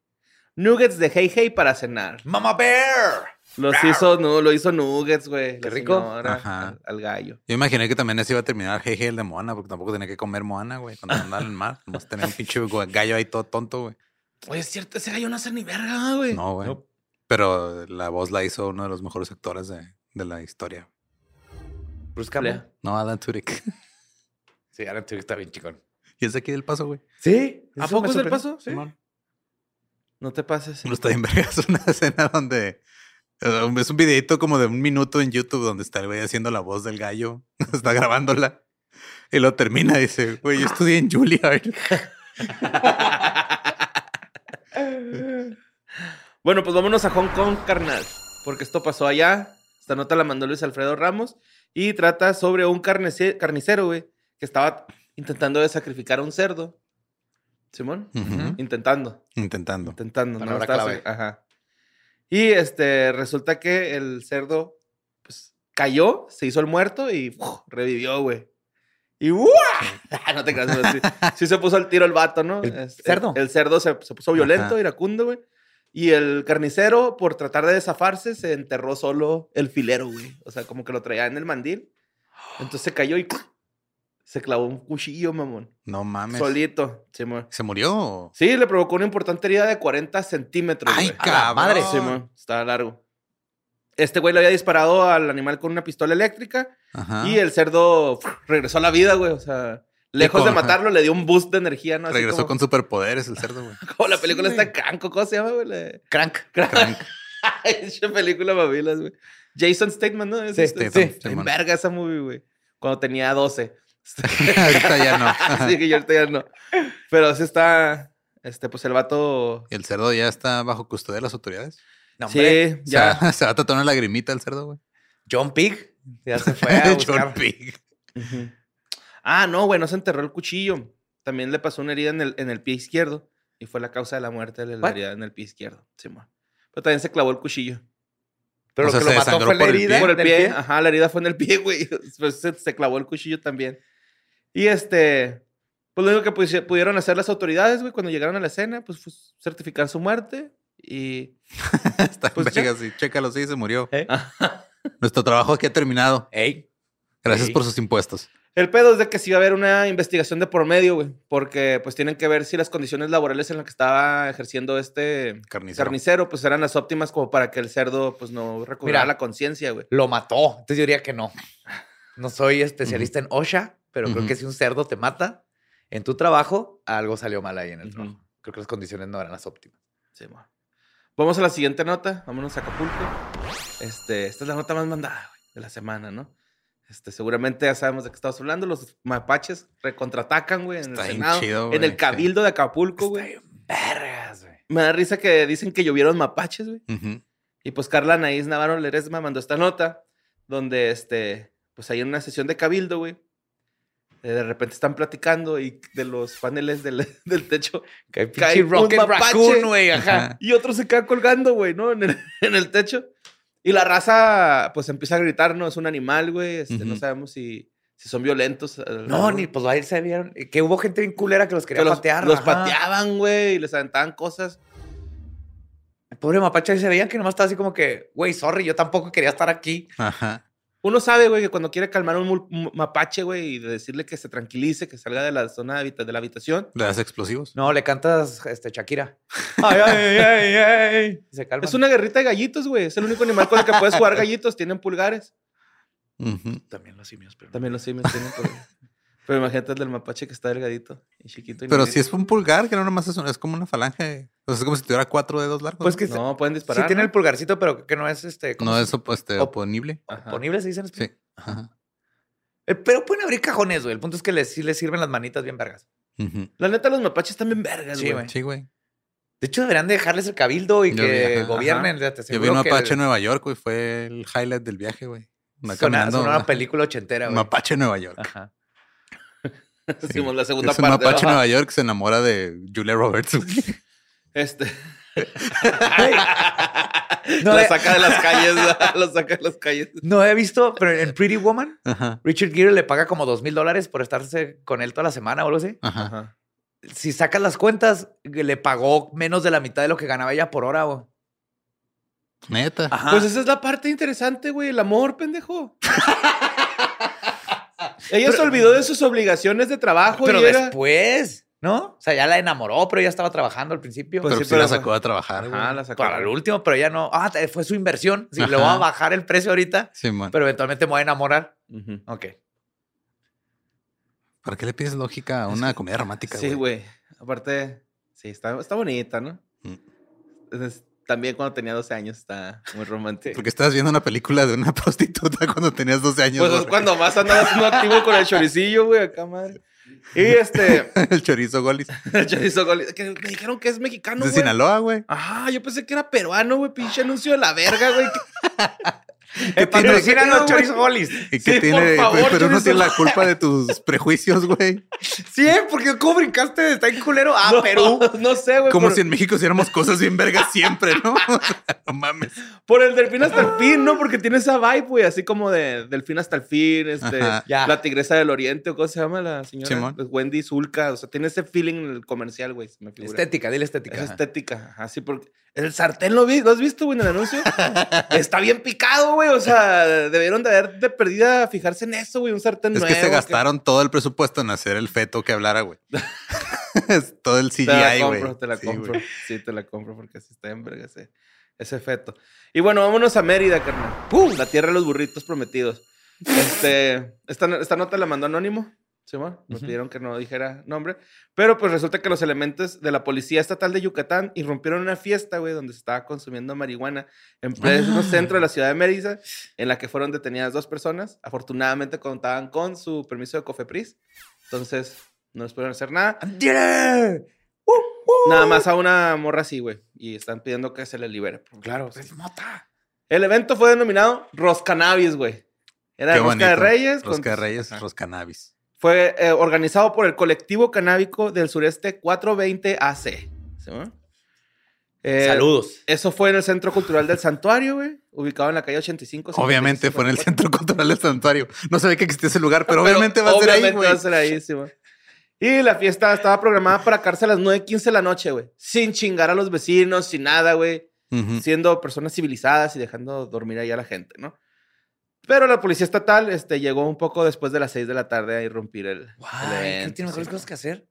[SPEAKER 6] Nuggets de Hey Hey para cenar.
[SPEAKER 4] ¡Mamá Bear!
[SPEAKER 6] Los hizo, no, lo hizo Nuggets, güey.
[SPEAKER 4] Qué
[SPEAKER 6] la
[SPEAKER 4] rico.
[SPEAKER 6] señora
[SPEAKER 5] Ajá.
[SPEAKER 6] Al, al gallo.
[SPEAKER 5] Yo imaginé que también así iba a terminar jeje el de Moana, porque tampoco tenía que comer Moana, güey, cuando andaba en el mar. Nomás tenía un pinche gallo ahí todo tonto, güey.
[SPEAKER 6] Oye, es cierto, ese gallo no hace ni verga, güey.
[SPEAKER 5] No, güey.
[SPEAKER 4] No.
[SPEAKER 5] Pero la voz la hizo uno de los mejores actores de, de la historia.
[SPEAKER 4] Bruce Campbell.
[SPEAKER 6] Lea.
[SPEAKER 5] No, Alan Tudyk.
[SPEAKER 4] Sí, ahora te está bien chicón.
[SPEAKER 5] y es de aquí del paso, güey.
[SPEAKER 4] ¿Sí?
[SPEAKER 6] ¿A
[SPEAKER 4] eso
[SPEAKER 6] poco
[SPEAKER 4] me
[SPEAKER 6] es del
[SPEAKER 4] sorprendió.
[SPEAKER 6] paso?
[SPEAKER 4] Sí.
[SPEAKER 5] Simón.
[SPEAKER 6] No te pases.
[SPEAKER 5] No está bien vergas. Una escena donde... eh, Es un videito como de un minuto en YouTube donde está el güey haciendo la voz del gallo. está grabándola. Y lo termina y dice, güey, yo estudié en Juilliard.
[SPEAKER 6] Bueno, pues vámonos a Hong Kong, carnal, porque esto pasó allá. Esta nota la mandó Luis Alfredo Ramos y trata sobre un carnice- carnicero, güey, que estaba intentando de sacrificar a un cerdo. Simón,
[SPEAKER 5] Ujú.
[SPEAKER 6] intentando,
[SPEAKER 5] Intentando.
[SPEAKER 6] intentando.
[SPEAKER 4] Palabra
[SPEAKER 6] Estaba
[SPEAKER 4] clave.
[SPEAKER 6] así, Ajá. Y este, resulta que el cerdo, pues, cayó, se hizo el muerto y ¡fuf! revivió, güey. Y ¡guau! no te creas, pero sí, sí se puso al tiro el vato, ¿no?
[SPEAKER 4] ¿El
[SPEAKER 6] Es-
[SPEAKER 4] cerdo?
[SPEAKER 6] El, cerdo se, se puso violento,
[SPEAKER 5] Ajá.
[SPEAKER 6] iracundo, güey. Y el carnicero, por tratar de desafarse, se enterró solo el filero, güey. O sea, como que lo traía en el mandil. Entonces se cayó y se clavó un cuchillo, mamón.
[SPEAKER 5] No mames.
[SPEAKER 6] Solito, Simón.
[SPEAKER 5] ¿Se murió?
[SPEAKER 6] Sí, le provocó una importante herida de 40 centímetros.
[SPEAKER 5] ¡Ay,
[SPEAKER 6] güey.
[SPEAKER 5] cabrón!
[SPEAKER 4] madre!
[SPEAKER 6] Simón, estaba largo. Este güey le había disparado al animal con una pistola eléctrica.
[SPEAKER 5] Ajá.
[SPEAKER 6] Y el cerdo pf, regresó a la vida, güey. O sea, lejos de
[SPEAKER 5] con-
[SPEAKER 6] matarlo, le dio un boost de energía, ¿no? Así
[SPEAKER 5] Regresó
[SPEAKER 6] como,
[SPEAKER 5] con superpoderes el cerdo, güey.
[SPEAKER 6] como la película está Cranco, ¿cómo se llama, güey? La-
[SPEAKER 4] Crank.
[SPEAKER 5] Crank.
[SPEAKER 6] Esa película babilas, güey. Jason Statham, ¿no? Es
[SPEAKER 4] Sí,
[SPEAKER 6] este-
[SPEAKER 5] Statham,
[SPEAKER 6] está en
[SPEAKER 5] Simón.
[SPEAKER 6] verga esa movie, güey. Cuando tenía 12.
[SPEAKER 5] Ahorita ya no.
[SPEAKER 6] Así que yo ahorita ya no. Pero sí está, este, pues el vato...
[SPEAKER 5] ¿Y el cerdo ya está bajo custodia de las autoridades?
[SPEAKER 4] No, hombre.
[SPEAKER 6] Sí, ya.
[SPEAKER 5] Se va- Se va a tatuar una lagrimita el cerdo, güey.
[SPEAKER 4] John Pig. Ya se fue a
[SPEAKER 5] John
[SPEAKER 4] buscar.
[SPEAKER 5] Pig.
[SPEAKER 6] Ujú. Ah, no, güey, no se enterró el cuchillo. También le pasó una herida en el, en el pie izquierdo y fue la causa de la muerte de la
[SPEAKER 4] ¿What?
[SPEAKER 6] herida en el pie izquierdo. Simón. Pero también se clavó el cuchillo.
[SPEAKER 4] Pero
[SPEAKER 5] O sea,
[SPEAKER 4] lo que lo
[SPEAKER 5] se
[SPEAKER 4] mató
[SPEAKER 5] desangró
[SPEAKER 4] fue la
[SPEAKER 5] por el
[SPEAKER 4] herida
[SPEAKER 5] pie.
[SPEAKER 6] Por el
[SPEAKER 4] del
[SPEAKER 6] pie, ajá, la herida fue en el pie, güey. Pues se, se clavó el cuchillo también. Y este, pues lo único que pusi- pudieron hacer las autoridades, güey, cuando llegaron a la escena, pues fue certificar su muerte y...
[SPEAKER 5] Está
[SPEAKER 6] Pues
[SPEAKER 5] en Vegas y chécalo, sí, se murió.
[SPEAKER 4] ¿Eh?
[SPEAKER 5] Nuestro trabajo aquí ha terminado.
[SPEAKER 4] Ey,
[SPEAKER 5] Gracias
[SPEAKER 4] Sí.
[SPEAKER 5] por sus impuestos.
[SPEAKER 6] El pedo es de que sí va a haber una investigación de por medio, güey, porque pues tienen que ver si las condiciones laborales en las que estaba ejerciendo este
[SPEAKER 5] Carnicero.
[SPEAKER 6] carnicero, pues eran las óptimas como para que el cerdo pues no recobrara
[SPEAKER 4] Mira.
[SPEAKER 6] la conciencia, güey.
[SPEAKER 4] lo mató. Entonces yo diría que no. No soy especialista en OSHA, pero creo
[SPEAKER 5] Ujú.
[SPEAKER 4] que si un cerdo te mata en tu trabajo, algo salió mal ahí en el
[SPEAKER 6] Ujú.
[SPEAKER 4] trabajo. Creo que las condiciones no eran las óptimas.
[SPEAKER 6] Sí, mo. Vamos a la siguiente nota. Vámonos a Acapulco. Este, esta es la nota más mandada güey, de la semana, ¿no? Este, seguramente ya sabemos de qué estamos hablando. Los mapaches recontratacan, güey, en
[SPEAKER 5] Está
[SPEAKER 6] el
[SPEAKER 5] bien
[SPEAKER 6] Senado,
[SPEAKER 5] chido,
[SPEAKER 6] en
[SPEAKER 5] güey,
[SPEAKER 6] el
[SPEAKER 5] sí.
[SPEAKER 6] Cabildo de Acapulco,
[SPEAKER 4] Está
[SPEAKER 6] güey.
[SPEAKER 4] bien vergas, güey.
[SPEAKER 6] Me da risa que dicen que llovieron mapaches, güey.
[SPEAKER 5] Ujú.
[SPEAKER 6] Y pues Carla Anaís Navarro Ledesma mandó esta nota donde, este, pues ahí en una sesión de cabildo, güey, eh, de repente están platicando y de los paneles del, del techo
[SPEAKER 4] Que hay
[SPEAKER 6] Cae
[SPEAKER 4] pinche
[SPEAKER 6] un
[SPEAKER 4] Rocket
[SPEAKER 6] mapache.
[SPEAKER 4] Raccoon, güey. Ajá.
[SPEAKER 6] Y otro se queda colgando, güey, ¿no? En el, en el techo. Y la raza, pues empieza a gritar, no, es un animal, güey. este, No
[SPEAKER 5] Ujú.
[SPEAKER 6] sabemos si, si son violentos. eh,
[SPEAKER 4] No, ni pues ahí se vieron. Que hubo gente bien culera que los
[SPEAKER 6] Que
[SPEAKER 4] quería
[SPEAKER 6] los,
[SPEAKER 4] patear.
[SPEAKER 6] Los
[SPEAKER 4] ajá.
[SPEAKER 6] pateaban, güey, y les aventaban cosas.
[SPEAKER 4] El Pobre mapache ahí se veían que nomás estaba así como que, güey, sorry, yo tampoco quería estar aquí.
[SPEAKER 5] Ajá.
[SPEAKER 6] Uno sabe, güey, que cuando quiere calmar a un mul- un mapache, güey, y decirle que se tranquilice, que salga de la zona de, habita- de la habitación,
[SPEAKER 5] ¿Le das explosivos?
[SPEAKER 4] No, le cantas este, Shakira. Ay, ay, ay, ay. Y Se calma.
[SPEAKER 6] es una guerrita de gallitos, güey. Es el único animal con el que puedes jugar gallitos. Tienen pulgares.
[SPEAKER 5] Ujú.
[SPEAKER 4] También los simios, pero.
[SPEAKER 6] También los simios tienen pulgares. Pero imagínate el del mapache que está delgadito y chiquito. y
[SPEAKER 5] Pero
[SPEAKER 6] negrito.
[SPEAKER 5] si es un pulgar, que no nomás es, un- es como una falange. O sea, es como si tuviera cuatro dedos largos.
[SPEAKER 4] Pues que se-
[SPEAKER 6] No, pueden
[SPEAKER 4] sí
[SPEAKER 6] disparar.
[SPEAKER 4] tiene
[SPEAKER 6] ¿no?
[SPEAKER 4] el pulgarcito, pero que no es este. ¿cómo
[SPEAKER 5] no
[SPEAKER 4] se-
[SPEAKER 5] es op- este,
[SPEAKER 4] Op-
[SPEAKER 5] oponible.
[SPEAKER 6] Ajá.
[SPEAKER 4] Oponible, se dice en español.
[SPEAKER 5] Sí. Ajá.
[SPEAKER 4] Eh, Pero pueden abrir cajones, güey. El punto es que les, sí les sirven las manitas bien vergas.
[SPEAKER 5] Ujú.
[SPEAKER 6] La neta, los mapaches también vergas,
[SPEAKER 4] Sí,
[SPEAKER 6] güey.
[SPEAKER 4] güey.
[SPEAKER 5] Sí, güey.
[SPEAKER 4] De hecho, deberían dejarles el cabildo y
[SPEAKER 5] Yo vi,
[SPEAKER 4] que
[SPEAKER 5] ajá,
[SPEAKER 4] gobiernen. Te
[SPEAKER 5] Yo vi un
[SPEAKER 4] aseguro que
[SPEAKER 5] mapache en Nueva York, güey. Fue el highlight del viaje, güey. Andaba
[SPEAKER 4] Suena,
[SPEAKER 5] caminando,
[SPEAKER 4] suena una
[SPEAKER 5] güey.
[SPEAKER 4] película ochentera, güey.
[SPEAKER 5] Mapache en Nueva York.
[SPEAKER 4] Ajá.
[SPEAKER 6] Hicimos la segunda
[SPEAKER 5] es un
[SPEAKER 6] parte.
[SPEAKER 5] mapache en
[SPEAKER 6] ¿no?
[SPEAKER 5] Nueva York que se enamora de Julia Roberts. güey.
[SPEAKER 6] Este.
[SPEAKER 4] No,
[SPEAKER 6] la
[SPEAKER 4] eh.
[SPEAKER 6] saca de las calles. la- Lo saca de las calles.
[SPEAKER 4] No he visto, pero en Pretty Woman,
[SPEAKER 5] Ajá.
[SPEAKER 4] Richard Gere le paga como dos mil dólares por estarse con él toda la semana o algo así.
[SPEAKER 5] Ajá.
[SPEAKER 6] Ajá.
[SPEAKER 4] Si sacas las cuentas, le pagó menos de la mitad de lo que ganaba ella por hora, güey.
[SPEAKER 5] Neta.
[SPEAKER 6] Pues esa es la parte interesante, güey. El amor, pendejo. Ella se olvidó de sus obligaciones de trabajo
[SPEAKER 4] Pero
[SPEAKER 6] y era.
[SPEAKER 4] después, ¿no? O sea, ya la enamoró, pero ella estaba trabajando al principio.
[SPEAKER 6] pues
[SPEAKER 5] pero
[SPEAKER 6] sí,
[SPEAKER 5] sí,
[SPEAKER 6] pero-
[SPEAKER 5] la sacó a trabajar, güey.
[SPEAKER 6] Ajá, la sacó.
[SPEAKER 4] para el último, pero ya no. Ah, te- fue su inversión. Si le
[SPEAKER 5] Ajá.
[SPEAKER 4] voy a bajar el precio ahorita,
[SPEAKER 5] Sí, man.
[SPEAKER 4] pero eventualmente me voy a enamorar.
[SPEAKER 6] Ujú.
[SPEAKER 4] Ok.
[SPEAKER 5] ¿Para qué le pides lógica a una comida romántica,
[SPEAKER 6] Sí, güey. Aparte, sí, está, está bonita, ¿no?
[SPEAKER 5] Mm.
[SPEAKER 6] Entonces, también cuando tenía 12 años está muy romántico.
[SPEAKER 5] Porque estabas viendo una película de una prostituta cuando tenías 12 años.
[SPEAKER 6] Pues es
[SPEAKER 5] güey.
[SPEAKER 6] cuando más andabas no activo con el choricillo, güey, acá, madre. Y este,
[SPEAKER 5] el chorizo golis.
[SPEAKER 6] el chorizo goli- que me dijeron que es mexicano, Ah,
[SPEAKER 5] de
[SPEAKER 6] güey.
[SPEAKER 5] Sinaloa, güey.
[SPEAKER 6] Ajá, yo pensé que era peruano, güey, pinche anuncio de la verga, güey.
[SPEAKER 4] Eh, patrocinan los
[SPEAKER 6] güey.
[SPEAKER 4] chorizo golis.
[SPEAKER 5] ¿Y qué
[SPEAKER 6] Sí,
[SPEAKER 5] tiene?
[SPEAKER 6] por favor,
[SPEAKER 5] pero no
[SPEAKER 6] chorizo.
[SPEAKER 5] tiene la culpa de tus prejuicios, güey.
[SPEAKER 4] Sí, ¿eh? porque ¿cómo brincaste? Está en culero a
[SPEAKER 6] No,
[SPEAKER 4] Perú.
[SPEAKER 6] No sé, güey.
[SPEAKER 5] Como
[SPEAKER 6] por,
[SPEAKER 5] si en México hiciéramos cosas bien vergas siempre, ¿no? O sea, no mames.
[SPEAKER 6] por el delfín hasta
[SPEAKER 5] Ah.
[SPEAKER 6] el fin, ¿no? Porque tiene esa vibe, güey, así como de delfín hasta el fin, este,
[SPEAKER 5] Ajá.
[SPEAKER 4] Ya.
[SPEAKER 6] la tigresa del oriente, o cómo se llama la señora.
[SPEAKER 5] Simón.
[SPEAKER 6] Pues Wendy Zulka, o sea, tiene ese feeling en el comercial, güey, se me figura.
[SPEAKER 4] Estética, dile estética.
[SPEAKER 6] Es
[SPEAKER 4] Ajá.
[SPEAKER 6] estética, así porque el sartén lo vi, ¿lo has visto, güey, en el anuncio? Está bien picado, güey, o sea, debieron de haber de perdida a fijarse en eso, güey, un sartén
[SPEAKER 5] Es
[SPEAKER 6] nuevo.
[SPEAKER 5] que se gastaron todo el presupuesto en hacer el feto que hablara, güey. Es todo el
[SPEAKER 6] Te la
[SPEAKER 5] CGI, güey.
[SPEAKER 6] compro, te la
[SPEAKER 5] Sí,
[SPEAKER 6] compro.
[SPEAKER 5] güey.
[SPEAKER 6] Sí, te la compro porque así está en verga ese, ese efecto. Y bueno, vámonos a Mérida, carnal. La tierra de los burritos prometidos. Este, esta, esta nota la mandó anónimo. Sí, bueno, nos pidieron que no dijera nombre. Pero pues resulta que los elementos de la Policía Estatal de Yucatán irrumpieron en una fiesta, güey, donde se estaba consumiendo marihuana en
[SPEAKER 5] Ah.
[SPEAKER 6] pleno centro de la ciudad de Mérida, en la que fueron detenidas dos personas. Afortunadamente contaban con su permiso de Cofepris. Entonces, no les pudieron hacer nada.
[SPEAKER 4] ¡Dile! ¡Uh, uh!
[SPEAKER 6] Nada más a una morra así, güey. Y están pidiendo que se le libere.
[SPEAKER 4] Claro, es mota.
[SPEAKER 6] El evento fue denominado Roscanabis, güey. Era
[SPEAKER 5] Qué
[SPEAKER 6] Rosca
[SPEAKER 5] bonito.
[SPEAKER 6] de Reyes. con-
[SPEAKER 5] Rosca de Reyes,
[SPEAKER 6] Ajá.
[SPEAKER 5] Roscanabis.
[SPEAKER 6] Fue eh, organizado por el colectivo canábico del sureste 420 AC. ¿Sí, no? Eh,
[SPEAKER 4] Saludos.
[SPEAKER 6] Eso fue en el Centro Cultural del Santuario, güey, ubicado en la calle 85.
[SPEAKER 5] Obviamente fue en el
[SPEAKER 6] 55,
[SPEAKER 5] Centro Cultural del Santuario. No sabía que existía ese lugar, pero obviamente va a ser ahí,
[SPEAKER 6] Obviamente
[SPEAKER 5] güey.
[SPEAKER 6] va a ser ahí, sí, güey. Y la fiesta estaba programada para cárcel a las 9.15 de la noche, güey. Sin chingar a los vecinos, sin nada, güey.
[SPEAKER 5] Ujú.
[SPEAKER 6] Siendo personas civilizadas y dejando dormir ahí a la gente, ¿no? Pero la policía estatal este, llegó un poco después de las 6 de la tarde a irrumpir el, el
[SPEAKER 4] Guay, ¿qué
[SPEAKER 6] evento,
[SPEAKER 4] tiene
[SPEAKER 6] sí,
[SPEAKER 4] mejores cosas que hacer?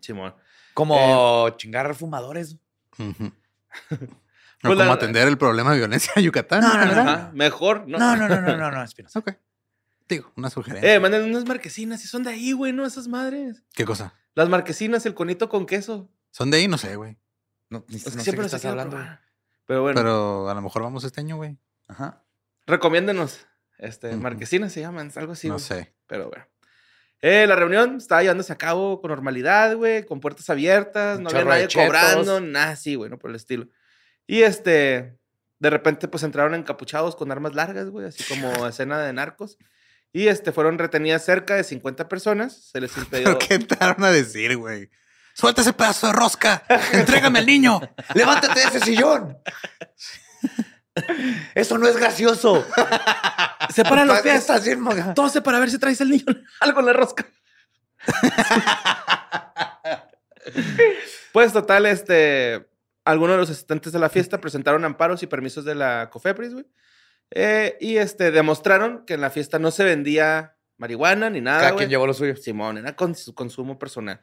[SPEAKER 6] Simón.
[SPEAKER 4] Como chingar fumadores.
[SPEAKER 5] Ujú.
[SPEAKER 6] Pues
[SPEAKER 5] O
[SPEAKER 6] la-
[SPEAKER 5] ¿Cómo atender el problema de violencia en Yucatán? ¿verdad?
[SPEAKER 6] Ajá, Mejor, ¿no?
[SPEAKER 4] Ah, No, no, no, no, no, no, Espinosa.
[SPEAKER 5] Ok. Digo, una sugerencia.
[SPEAKER 6] Eh, manden unas marquesinas, si son de ahí, güey, ¿no? Esas madres.
[SPEAKER 5] ¿Qué cosa?
[SPEAKER 6] Las marquesinas, el conito con queso.
[SPEAKER 5] ¿Son de ahí? No sé, güey.
[SPEAKER 4] No, ni-
[SPEAKER 6] Es que
[SPEAKER 4] Pues no sé
[SPEAKER 6] siempre
[SPEAKER 4] qué
[SPEAKER 6] se
[SPEAKER 4] estás
[SPEAKER 6] quiere
[SPEAKER 4] hablando.
[SPEAKER 6] probar. Pero bueno,
[SPEAKER 5] Pero a lo mejor vamos este año, güey.
[SPEAKER 4] Ajá.
[SPEAKER 6] recomiéndenos. Este,
[SPEAKER 5] Ujú.
[SPEAKER 6] marquesinas se llaman, algo así.
[SPEAKER 5] no
[SPEAKER 6] güey.
[SPEAKER 5] sé.
[SPEAKER 6] Pero bueno. Eh, la reunión estaba llevándose a cabo con normalidad, güey, con puertas abiertas,
[SPEAKER 4] Un
[SPEAKER 6] no había
[SPEAKER 4] chorro de
[SPEAKER 6] nadie
[SPEAKER 4] chetos.
[SPEAKER 6] cobrando, nada así, güey, no por el estilo. Y este, de repente, pues entraron encapuchados con armas largas, güey, así como escena de narcos. Y este, fueron retenidas cerca de 50 personas, se les impidió.
[SPEAKER 5] ¿Pero qué entraron a decir, güey? ¡Suelta ese pedazo de rosca! ¡Entrégame al niño!
[SPEAKER 4] ¡Levántate de ese sillón! ¡Eso no es gracioso!
[SPEAKER 6] Separa los pies,
[SPEAKER 4] Estás bien, maga.
[SPEAKER 6] Tose para ver si traes el niño algo en la rosca. pues total, este, algunos de los asistentes de la fiesta presentaron amparos y permisos de la COFEPRIS, güey. Eh, y este, demostraron que en la fiesta no se vendía marihuana ni nada.
[SPEAKER 4] Cada
[SPEAKER 6] güey.
[SPEAKER 4] quien llevó lo suyo.
[SPEAKER 6] Simón, era con su consumo personal.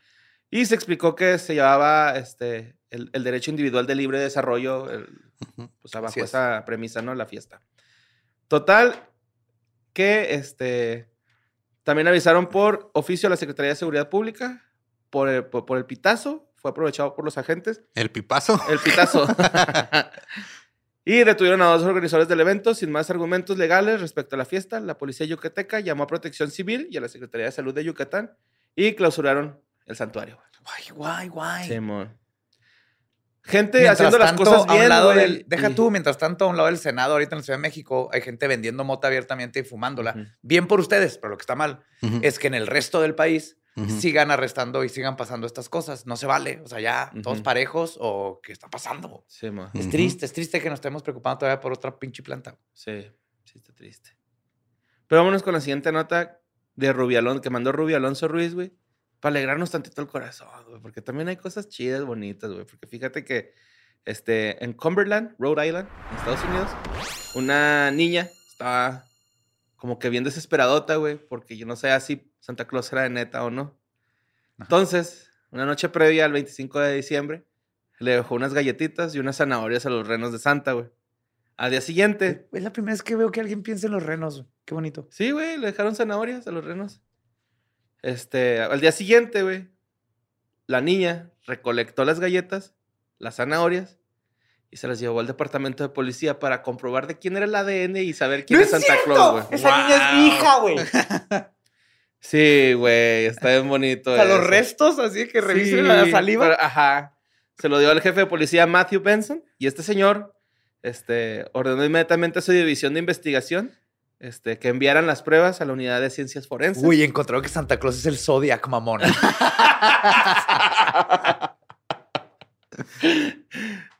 [SPEAKER 6] Y se explicó que se llevaba este, el, el derecho individual de libre desarrollo, el- pues abajo
[SPEAKER 4] Así es.
[SPEAKER 6] esa premisa, ¿no? La fiesta. Total, que este, también avisaron por oficio a la Secretaría de Seguridad Pública, por el, por, por el pitazo, fue aprovechado por los agentes,
[SPEAKER 5] ¿El pipazo?
[SPEAKER 6] el pitazo. Y detuvieron a dos organizadores del evento sin más argumentos legales respecto a la fiesta. La policía yucateca llamó a Protección Civil y a la Secretaría de Salud de Yucatán y clausuraron el santuario.
[SPEAKER 4] Guay, guay, guay.
[SPEAKER 6] Simón. Gente
[SPEAKER 4] Mientras
[SPEAKER 6] haciendo las
[SPEAKER 4] tanto,
[SPEAKER 6] cosas
[SPEAKER 4] a un
[SPEAKER 6] bien.
[SPEAKER 4] lado
[SPEAKER 6] güey,
[SPEAKER 4] del- deja
[SPEAKER 6] y-
[SPEAKER 4] tú, mientras tanto, a un lado del Senado, ahorita en la Ciudad de México, hay gente vendiendo mota abiertamente y fumándola.
[SPEAKER 6] Ujú.
[SPEAKER 4] Bien por ustedes, pero lo que está mal
[SPEAKER 5] Ujú.
[SPEAKER 4] es que en el resto del país
[SPEAKER 5] Ujú.
[SPEAKER 4] sigan arrestando y sigan pasando estas cosas. No se vale. O sea, ya, todos
[SPEAKER 6] Ujú.
[SPEAKER 4] parejos o qué está pasando.
[SPEAKER 6] Simón.
[SPEAKER 5] Ujú.
[SPEAKER 4] Es triste, es triste que nos estemos preocupando todavía por otra pinche planta.
[SPEAKER 6] Sí, sí está triste. Pero vámonos con la siguiente nota de Rubio Alonso, que mandó Rubio Alonso Ruiz, güey. Para alegrarnos tantito el corazón, güey. Porque también hay cosas chidas, bonitas, güey. Porque fíjate que este, en Cumberland, Rhode Island, en Estados Unidos, una niña estaba como que bien desesperadota, güey. Porque yo no sabía si Santa Claus era de neta o no. Entonces, una noche previa al 25 de diciembre, le dejó unas galletitas y unas zanahorias a los renos de Santa, güey. Al día siguiente,
[SPEAKER 4] Es la primera vez que veo que alguien piensa en los renos. Qué bonito.
[SPEAKER 6] Sí, güey, le dejaron zanahorias a los renos. Este, al día siguiente, güey, la niña recolectó las galletas, las zanahorias, y se las llevó al departamento de policía para comprobar de quién era el ADN y saber quién es Santa Claus, güey.
[SPEAKER 4] Esa niña es mi hija, güey. O
[SPEAKER 6] Sí, güey, está bien bonito.
[SPEAKER 4] sea, los
[SPEAKER 6] eso.
[SPEAKER 4] restos, así
[SPEAKER 6] Sí,
[SPEAKER 4] que revisen la saliva.
[SPEAKER 6] pero- ajá. Se lo dio al jefe de policía Matthew Benson y este señor este, ordenó inmediatamente a su división de investigación este, que enviaran las pruebas a la unidad de ciencias forenses.
[SPEAKER 4] Uy, encontró que Santa Claus es el Zodiac, mamón.